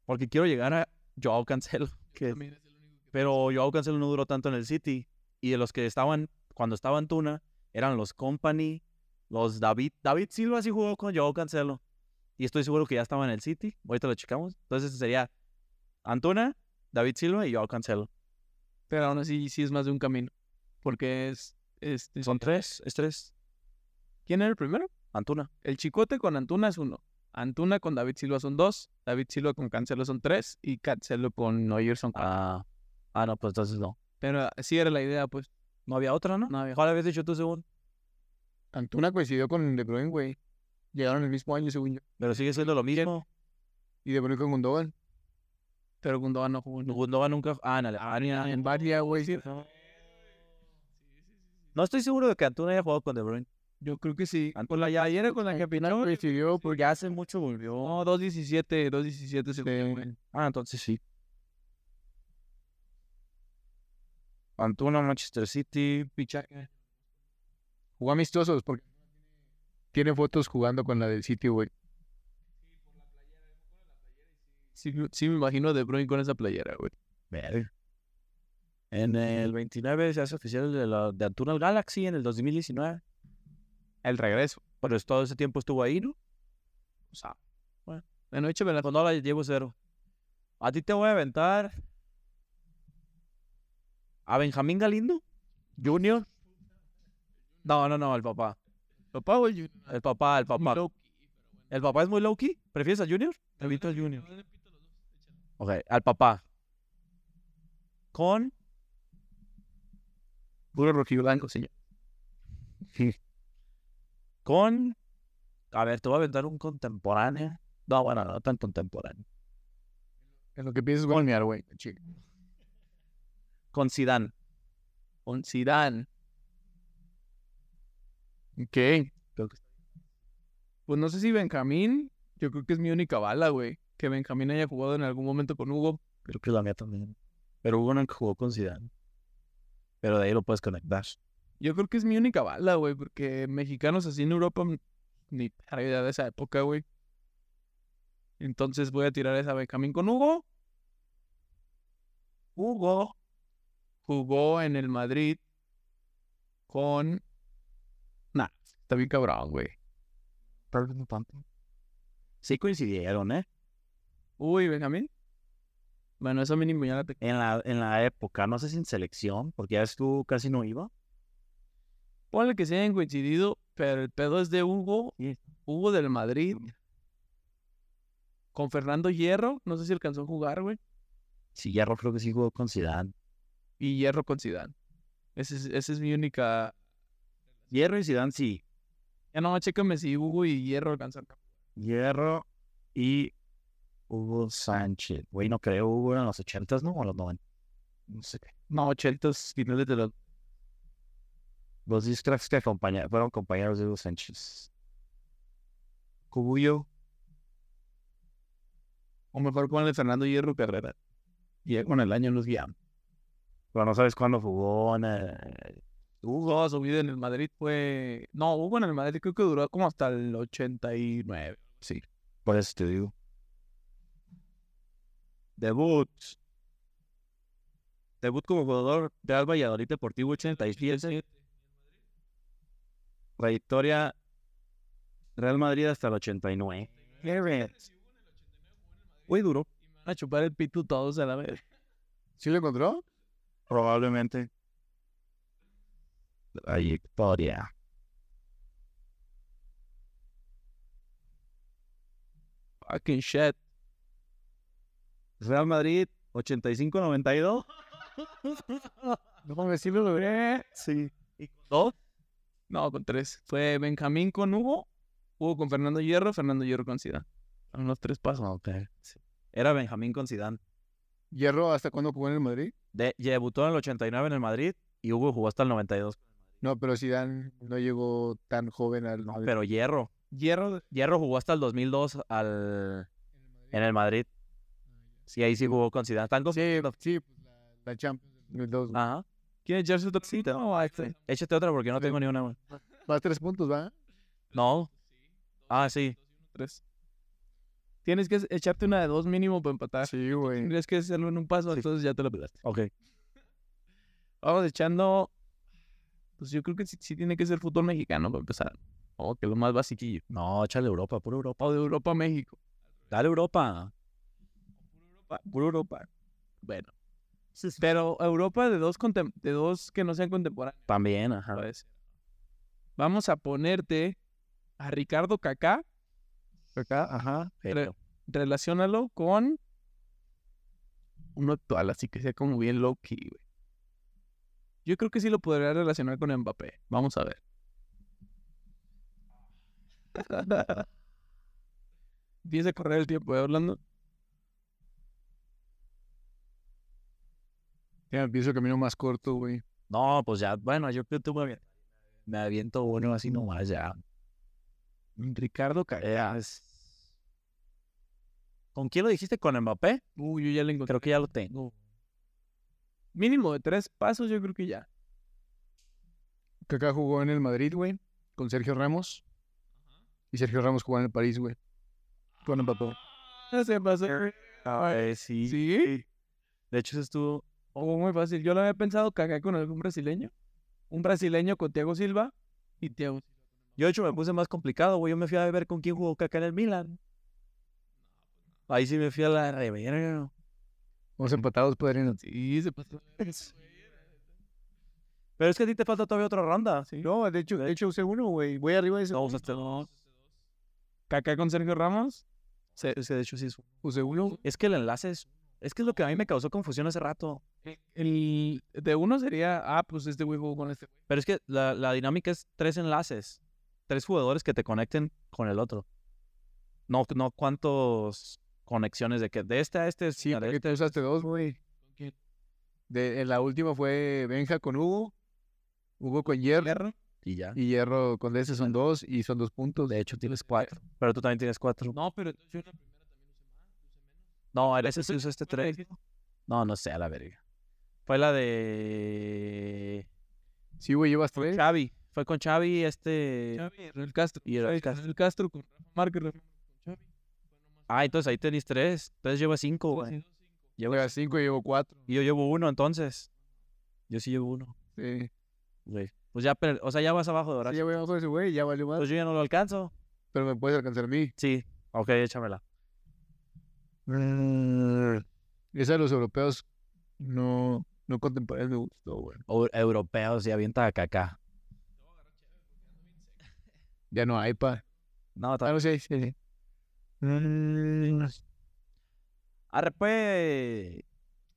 Speaker 2: Porque quiero llegar a Joao Cancelo. que-
Speaker 1: También es el único que-
Speaker 2: pero Joao Cancelo no duró tanto en el City. Y de los que estaban, cuando estaba Antuna, eran los Company, los David. David Silva sí jugó con Joao Cancelo. Y estoy seguro que ya estaba en el City. Ahorita lo checamos. Entonces sería Antuna, David Silva y Joao Cancelo.
Speaker 1: Pero aún así, sí es más de un camino. Porque es. Este,
Speaker 2: Son tres, es tres.
Speaker 1: ¿Quién era el primero?
Speaker 2: Antuna.
Speaker 1: El Chicote con Antuna es uno. Antuna con David Silva son dos. David Silva con Cancelo son tres. Y Cancelo con Neuer son cuatro.
Speaker 2: Ah, ah, no, pues entonces no.
Speaker 1: Pero sí era la idea, pues.
Speaker 2: No había otra, ¿no?
Speaker 1: No había.
Speaker 2: ¿Cuál habías dicho tú, según?
Speaker 3: Antuna coincidió con De Bruyne, güey. Llegaron el mismo año, según yo.
Speaker 2: Pero sigue siendo lo mismo.
Speaker 3: Y De Bruyne con Gundogan.
Speaker 1: Pero Gundogan no jugó. No,
Speaker 2: Gundogan nunca. Ah, en Alemania.
Speaker 3: En Baria, güey.
Speaker 2: No estoy seguro de que Antuna haya jugado con De Bruyne.
Speaker 1: yo creo que sí.
Speaker 2: Antuna
Speaker 1: Con la ayer con la que final
Speaker 3: Coincidió porque
Speaker 2: pues Ya hace mucho volvió.
Speaker 1: No, 2.17, 2.17 según yo, güey.
Speaker 2: Ah, entonces sí. Antuna, Manchester City,
Speaker 1: Fichaje.
Speaker 3: jugó amistosos porque tiene fotos jugando con la del City, güey.
Speaker 1: Sí, sí me imagino a De Bruyne con esa playera, güey.
Speaker 2: Verga. En el 29 se hace oficial de, la, de Antuna al Galaxy en el 2019.
Speaker 1: El regreso.
Speaker 2: Pero es- todo ese tiempo estuvo ahí, ¿no?
Speaker 1: O sea, bueno. Bueno, échame la
Speaker 2: Pues no la llevo cero. A ti te voy a aventar. ¿A Benjamín Galindo? ¿Junior? No, no, no, el papá.
Speaker 1: papá o el Junior.
Speaker 2: El papá, el papá. ¿El papá es muy low key? ¿Prefieres a Junior?
Speaker 1: Evito el Junior.
Speaker 2: Ok, al papá. con
Speaker 1: Puro rojiblanco, señor.
Speaker 2: Con. A ver, te voy a aventar un contemporáneo. No, bueno, no tan contemporáneo.
Speaker 3: En lo que piensas golpear, güey. Chica.
Speaker 2: Con Zidane.
Speaker 1: Con Zidane.
Speaker 3: Ok.
Speaker 1: Pues no sé si Benjamín, yo creo que es mi única bala, güey. Que Benjamín haya jugado en algún momento con Hugo.
Speaker 2: Creo que es la mía también. Pero Hugo nunca jugó con Zidane. Pero de ahí lo puedes conectar.
Speaker 1: Yo creo que es mi única bala, güey, porque mexicanos así en Europa, mm, ni para idea de esa época, güey. Entonces voy a tirar esa Benjamín con Hugo. Hugo jugó en el Madrid con... Nah, está bien cabrón, güey.
Speaker 2: Sí coincidieron, ¿eh?
Speaker 1: Uy, Benjamín. Bueno, eso mínimo ya la te...
Speaker 2: En la, en la época, no sé si en selección, porque ya ves que Hugo casi no iba.
Speaker 1: Ponle que se hayan coincidido, pero el pedo es de Hugo,
Speaker 2: Sí.
Speaker 1: Hugo del Madrid, con Fernando Hierro, no sé si alcanzó a jugar, güey,
Speaker 2: Sí, Hierro creo que sí jugó con Zidane.
Speaker 1: y Hierro con Zidane. Ese es- Esa es, mi única...
Speaker 2: Hierro y Zidane sí.
Speaker 1: Ya no, chécame si Hugo y Hierro alcanzaron.
Speaker 2: Hierro y Hugo Sánchez. Güey, no creo, Hugo en los 80s, ¿no? O en los 90. No sé.
Speaker 1: No, ochentas, finales de los...
Speaker 2: Los discos que acompaña- fueron compañeros de Hugo Sánchez. Cuyo
Speaker 1: O mejor con el de Fernando Hierro Carrera. Y ya con el año nos guiamos.
Speaker 2: Pero no sabes cuándo jugó. en el-
Speaker 1: Hugo, su vida en el Madrid fue... No, Hugo en el Madrid creo que duró como hasta el 89.
Speaker 2: Por eso te digo. Debut. Debut como jugador de Al Valladolid Deportivo 87. Trayectoria Real Madrid hasta el 89. Güey, duro.
Speaker 1: Van a chupar el pito todos a la vez.
Speaker 3: ¿Sí lo encontró?
Speaker 2: Probablemente. Trayectoria.
Speaker 1: Fucking shit.
Speaker 2: Real Madrid 85-92.
Speaker 3: No mames, sí lo logré.
Speaker 2: Sí.
Speaker 1: ¿Dos? No, con tres. Fue Benjamín con Hugo, Hugo con Fernando Hierro, Fernando Hierro con Zidane. Fueron los tres pasos.
Speaker 2: Era Benjamín con Zidane.
Speaker 3: ¿Hierro hasta cuándo jugó en el Madrid?
Speaker 2: De- debutó en el 89 en el Madrid y Hugo jugó hasta el 92.
Speaker 3: No, pero Zidane no llegó tan joven al Madrid.
Speaker 2: Pero Hierro,
Speaker 1: Hierro,
Speaker 2: Hierro jugó hasta el 2002 al, en el Madrid. Sí, ahí sí jugó con Zidane. Están con-
Speaker 3: Sí, sí, pues, la, la Champions. el dos, güey.
Speaker 2: Ajá.
Speaker 1: ¿quiere echarse otra cita? No, ahí
Speaker 2: este.
Speaker 1: está.
Speaker 2: Échate otra porque yo no tengo ni una. güey.
Speaker 3: Más tres puntos, ¿va?
Speaker 2: No. Ah, sí.
Speaker 1: tres. Tienes que echarte una de dos mínimo para empatar.
Speaker 3: Ah, Sí, güey.
Speaker 1: Tienes que hacerlo en un paso, entonces ya te lo pelaste.
Speaker 2: Ok.
Speaker 1: Vamos echando. Pues yo creo que sí, sí tiene que ser fútbol mexicano para empezar. Oh, que lo más basiquillo.
Speaker 2: No, échale Europa, pura Europa.
Speaker 1: O de Europa a México.
Speaker 2: Dale Europa.
Speaker 1: Puro Europa. Bueno. Pero Europa de dos, contem- de dos que no sean contemporáneos.
Speaker 2: También, ajá.
Speaker 1: Parece. Vamos a ponerte a Ricardo Kaká,
Speaker 3: Acá, ajá.
Speaker 2: Pero-
Speaker 1: relacionalo con uno actual, así que sea como bien low key, güey. Yo creo que sí lo podría relacionar con Mbappé. Vamos a ver. Empieza a correr el tiempo, ¿eh, Orlando?
Speaker 3: Ya empiezo el camino más corto, güey.
Speaker 2: No, pues ya, bueno, yo creo que tú me avientas. Me aviento uno así nomás ya.
Speaker 1: Ricardo Kaká.
Speaker 2: Ya, Mm, es- ¿Con quién lo dijiste? ¿Con Mbappé?
Speaker 1: Uy, yo ya le encontré.
Speaker 2: Creo que ya lo tengo.
Speaker 1: Mínimo de tres pasos, yo creo que ya.
Speaker 3: Kaká jugó en el Madrid, güey, con Sergio Ramos. Y Sergio Ramos jugó en el París, güey. Con Mbappé.
Speaker 2: Ah.
Speaker 1: Ya se pasó.
Speaker 2: Eh, sí.
Speaker 1: ¿Sí?
Speaker 2: De hecho, eso estuvo.
Speaker 1: Oh, muy fácil. Yo lo había pensado cagar con algún brasileño. Un brasileño con Thiago Silva y Thiago.
Speaker 2: Yo, de hecho, me puse más complicado, güey. Yo me fui a ver con quién jugó Kaká en el Milan. Ahí sí me fui a la reverga.
Speaker 3: Vamos empatados, padrino.
Speaker 1: Sí, se pasó.
Speaker 2: Pero es que a ti te falta todavía otra ronda. Sí.
Speaker 3: No, de hecho, de hecho usé uno, güey. Voy arriba de ese.
Speaker 2: No, usaste dos.
Speaker 1: este, Kaká con Sergio Ramos.
Speaker 2: Se- es que de hecho sí es.
Speaker 3: Usé uno.
Speaker 2: Es que el enlace es. Es que es lo que a mí me causó confusión hace rato.
Speaker 1: El, el- de uno sería, ah, pues este güey jugó con este güey.
Speaker 2: Pero es que la, la dinámica es tres enlaces, tres jugadores que te conecten con el otro. No, no cuántos conexiones de que de este a este.
Speaker 3: Sí,
Speaker 2: a de
Speaker 3: porque
Speaker 2: este-
Speaker 3: tú usaste dos, güey.
Speaker 1: quién?
Speaker 3: De, en la última fue Benja con Hugo, Hugo con Hierro
Speaker 2: y ya.
Speaker 3: y Hierro con DS son dos y son dos puntos. Eh,
Speaker 2: De hecho, tienes cuatro. Pero tú también tienes cuatro.
Speaker 1: No, este pero entonces yo en la primera también usé más, usé menos.
Speaker 2: No, a veces sí
Speaker 1: Entonces,
Speaker 2: usaste
Speaker 1: ¿cuál
Speaker 2: tres.
Speaker 1: te dijiste?
Speaker 2: No, no sé, a la verga. Fue la de
Speaker 3: Sí, güey, llevas tres.
Speaker 2: Xavi. Fue con Xavi este.
Speaker 1: Xavi, Israel Eh, Castro.
Speaker 2: Y Israel
Speaker 1: Xavi,
Speaker 2: Castro.
Speaker 1: Israel Castro con Rafa Márquez, Rafa Márquez con Xavi.
Speaker 2: Ah, entonces ahí tenés tres. Entonces lleva cinco, güey.
Speaker 1: Haciendo cinco.
Speaker 2: Llevo-
Speaker 3: Llevas cinco y llevo cuatro.
Speaker 2: Y yo llevo uno, entonces. Yo sí llevo uno.
Speaker 3: Sí.
Speaker 2: güey. Pues ya, per- o sea, ya vas abajo de
Speaker 3: Sí,
Speaker 2: Horacio.
Speaker 3: ya voy abajo de ese güey, ya valió más.
Speaker 2: Entonces yo ya no lo alcanzo.
Speaker 3: Pero me puedes alcanzar a mí.
Speaker 2: Sí. Ok, échamela. Mm.
Speaker 3: Esa de los europeos no, no contemporánea me gustó, güey.
Speaker 2: Eu- Europeos y avienta a caca.
Speaker 3: Ya no hay, pa.
Speaker 2: No, ta-
Speaker 3: Ah, no sé, sí, sí.
Speaker 2: Mm. Arre, pues.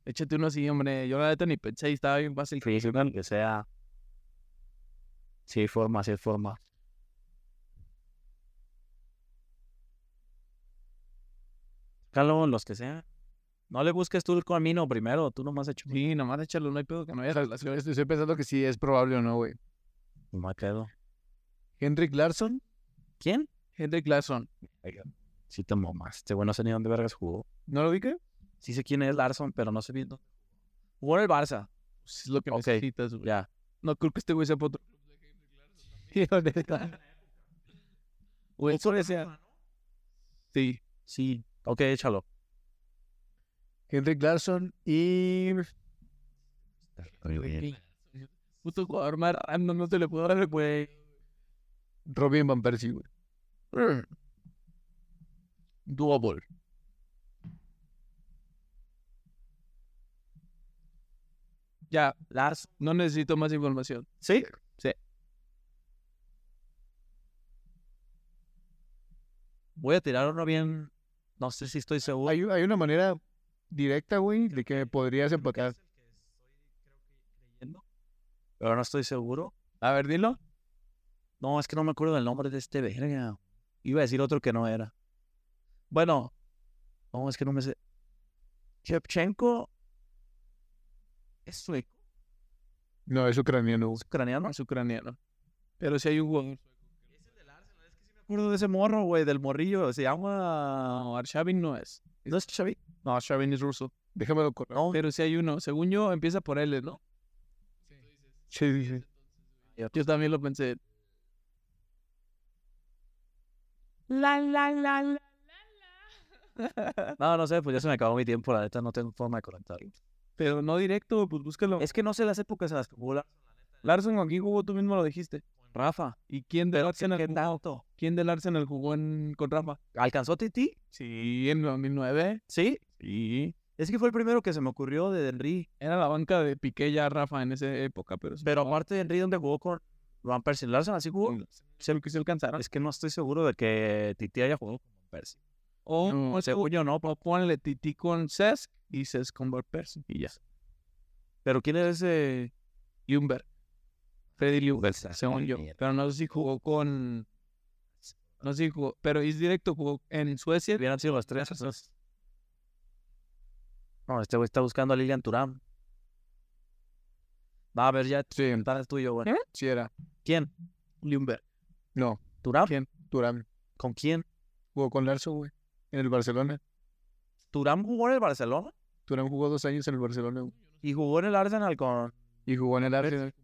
Speaker 1: Échate uno así, hombre. Yo la neta ni pensé y estaba bien fácil.
Speaker 2: que sea. Sí, hay forma, sí, hay forma. Calo, los que sean. No le busques tú el camino primero, tú nomás hecho.
Speaker 1: Sí, nomás échalo, no hay pedo que no haya relación.
Speaker 3: Estoy, estoy pensando que sí es probable o no, güey.
Speaker 2: No me quedo.
Speaker 3: Henrik Larsson,
Speaker 2: ¿Quién?
Speaker 1: Henry Clarkson.
Speaker 2: Sí, te momas. Este güey no sé ni dónde vergas jugó.
Speaker 3: ¿no lo ubica?
Speaker 2: Sí sé quién es Larson, pero no sé bien dónde. Jugó en el Barça.
Speaker 1: Pues es lo que
Speaker 2: Ok.
Speaker 1: necesitas, güey.
Speaker 2: Ya.
Speaker 1: No creo que este güey sea para otro club de Henry Clarkson también.
Speaker 3: Sí, la neta.
Speaker 1: O el Suecia. Sí.
Speaker 2: Sí. Ok, échalo.
Speaker 3: Henrik Larsson y.
Speaker 1: Puto jugador más random, no se le puedo dar, güey.
Speaker 3: Robin Van Persie, güey. Mm.
Speaker 1: Doable. Ya,
Speaker 2: Larson.
Speaker 1: no necesito más información.
Speaker 2: Sí.
Speaker 1: Sí.
Speaker 2: Voy a tirar uno bien. No sé si estoy seguro.
Speaker 3: Hay, hay una manera directa, güey, de que podrías empatar.
Speaker 2: Pero no estoy seguro.
Speaker 1: A ver, dilo.
Speaker 2: No, es que no me acuerdo del nombre de este verga. Iba a decir otro que no era. Bueno, no, es que no me sé. Shevchenko es sueco,
Speaker 3: No, es ucraniano. güey.
Speaker 2: es ucraniano.
Speaker 1: Es ucraniano. Pero si hay un jugador.
Speaker 2: Me acuerdo de ese morro, güey, del morrillo. Se llama.
Speaker 1: No, Arshavin no es.
Speaker 2: ¿No es Xavi?
Speaker 1: No, Arshavin es ruso.
Speaker 3: Déjamelo correr.
Speaker 2: No,
Speaker 1: Pero si hay uno. Según yo, empieza por L, ¿no?
Speaker 3: Sí, dice.
Speaker 1: Yo también lo pensé.
Speaker 2: no, no sé, pues ya se me acabó mi tiempo, la neta, no tengo forma de conectarlo.
Speaker 1: Pero no directo, güey, pues búscalo.
Speaker 2: Es que no sé las épocas en las que jugó Larson,
Speaker 1: Larson con quién jugó, tú mismo lo dijiste.
Speaker 2: Rafa.
Speaker 1: ¿Y quién del Arsenal,
Speaker 2: ¿Qué
Speaker 1: jugó-
Speaker 2: tanto?
Speaker 1: quién del Arsenal jugó en, con Rafa?
Speaker 2: ¿Alcanzó Titi?
Speaker 1: Sí, en 2009.
Speaker 2: Sí.
Speaker 1: Sí.
Speaker 2: Es que fue el primero que se me ocurrió de Henry.
Speaker 1: Era la banca de Piqué ya Rafa en esa época, pero...
Speaker 2: Pero aparte de Henry, donde jugó con Van Persie? ¿Larson así jugó?
Speaker 1: se lo que se alcanzaron.
Speaker 2: Es que no estoy seguro de que Titi haya jugado con Van Persie.
Speaker 1: O,
Speaker 3: No,
Speaker 1: o-
Speaker 2: Según yo, no.
Speaker 1: o pues, ponle Titi con Cesc y Cesc con Van Persie, y ya.
Speaker 2: Pero ¿quién es ese?
Speaker 1: Ljungberg. Freddy Ljungberg,
Speaker 2: Ljungberg,
Speaker 1: según yo.
Speaker 2: mierda.
Speaker 1: Pero no sé si jugó con... No sé si jugó... Pero es directo, jugó en Suecia.
Speaker 2: Hubieran sido los tres. esos. No, este güey está buscando a Lilian Turam. Va a ver, ya
Speaker 3: Sí,
Speaker 2: tal es tuyo, güey.
Speaker 1: ¿Eh?
Speaker 3: sí era.
Speaker 2: ¿Quién?
Speaker 1: Ljungberg.
Speaker 3: No,
Speaker 2: ¿Turam?
Speaker 1: ¿Quién?
Speaker 3: Durán.
Speaker 2: ¿Con quién?
Speaker 3: Jugó con Larsson, güey. En el Barcelona.
Speaker 2: ¿Turam jugó en el Barcelona?
Speaker 3: Durán jugó dos años en el Barcelona, güey.
Speaker 2: Y jugó en el Arsenal con.
Speaker 3: Y jugó en el Arsenal.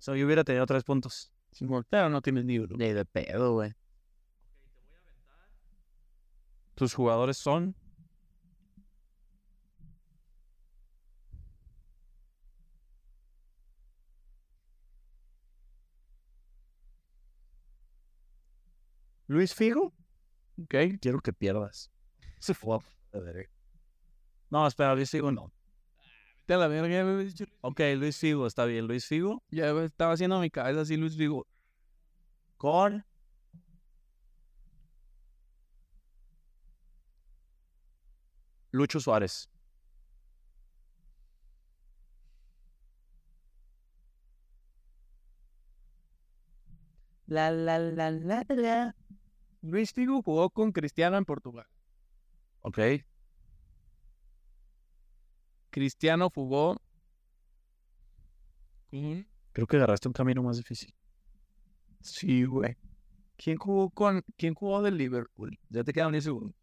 Speaker 2: So, yo hubiera tenido tres puntos.
Speaker 3: Simón.
Speaker 1: Pero no tienes ni uno.
Speaker 2: Ni de pedo, güey. Tus jugadores son. Luis Figo.
Speaker 1: Ok.
Speaker 2: Quiero que pierdas. Se fue. No, espera, Luis Figo no.
Speaker 1: Vete a la verga, ya me habías dicho-
Speaker 2: Ok, Luis Figo, está bien. Luis Figo
Speaker 1: Ya me estaba haciendo mi cabeza así Luis Figo.
Speaker 2: con. Lucho Suárez.
Speaker 1: La, la, la, la, la. Luis Figo jugó con Cristiano en Portugal.
Speaker 2: Ok.
Speaker 1: Cristiano jugó con...
Speaker 2: Creo que agarraste un camino más difícil.
Speaker 1: Sí, güey. ¿Quién jugó con... ¿Quién jugó del Liverpool? Ya te quedan 10 segundos.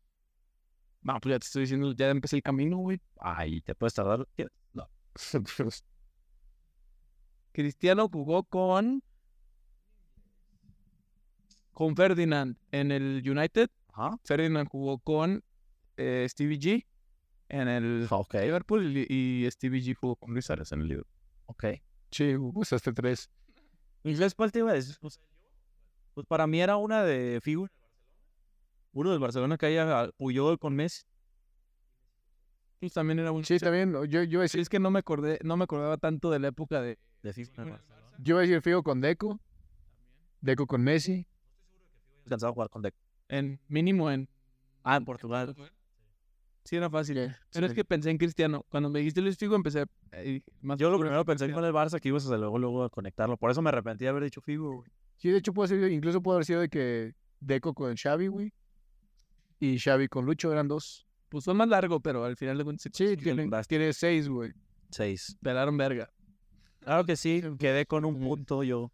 Speaker 1: No, pues ya te estoy diciendo, ya empecé el camino, güey.
Speaker 2: Ay, te puedes tardar. No.
Speaker 1: Cristiano jugó con... Con Ferdinand en el United.
Speaker 2: Ajá.
Speaker 1: Ferdinand jugó con eh, Stevie G en el
Speaker 2: Ah, Ok.
Speaker 1: Liverpool y, y Stevie G jugó con Luis Suárez en el Liverpool.
Speaker 2: Ok.
Speaker 3: Sí, usaste tres.
Speaker 2: ¿Y sabes cuál te iba a decir? Pues, pues para mí era una de Figo. en el Barcelona. Uno del Barcelona que haya Puyol con Messi.
Speaker 1: Pues también era un...
Speaker 3: Sí, también. Yo, yo, iba a
Speaker 1: Sí,
Speaker 3: decir,
Speaker 1: es que no me acordé, no me acordaba tanto de la época de...
Speaker 2: De Figo en el Barcelona.
Speaker 3: yo iba a decir Figo con Deco. Deco con Messi.
Speaker 2: Alcanzaba a jugar con Deco.
Speaker 1: En mínimo en...
Speaker 2: Ah, en Portugal.
Speaker 1: Sí, era fácil. Pero es
Speaker 3: Sí.
Speaker 1: que pensé en Cristiano. Cuando me dijiste Luis Figo, empecé... eh, dije, más
Speaker 2: Yo lo
Speaker 1: seguro es
Speaker 2: primero pensé que
Speaker 1: Cristiano.
Speaker 2: con el Barça que ibas a luego, luego a conectarlo. Por eso me arrepentí de haber dicho Figo, güey.
Speaker 3: Sí, de hecho, puede ser, incluso puede haber sido de que Deco con Xavi, güey. Y Xavi con Lucho eran dos.
Speaker 1: Pues fue más largo, pero al final de cuentas se
Speaker 3: Sí,
Speaker 1: consiguió.
Speaker 3: tiene,
Speaker 2: basta.
Speaker 3: tiene seis, güey.
Speaker 2: Seis.
Speaker 1: pelaron verga.
Speaker 2: Claro que sí, quedé con un
Speaker 3: Ujú.
Speaker 2: punto yo.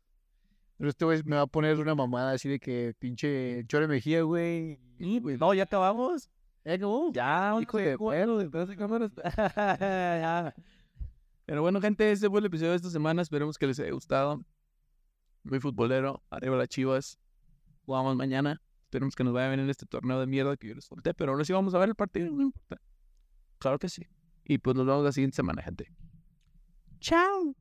Speaker 3: Pero este güey me va a poner una mamada así de que pinche Chore Mejía, güey.
Speaker 2: pues, No, ya acabamos.
Speaker 3: Ya acabó.
Speaker 2: Ya,
Speaker 3: Hijo de perro,
Speaker 1: detrás de cámaras. Pero bueno, gente, este fue el episodio de esta semana. Esperemos que les haya gustado. Muy futbolero. Arriba las chivas. Jugamos mañana. Esperemos que nos vaya bien en este torneo de mierda que yo les solté. Pero ahora sí vamos a ver el partido, no importa.
Speaker 2: Claro que sí.
Speaker 1: Y pues nos vemos la siguiente semana, gente.
Speaker 2: Chao.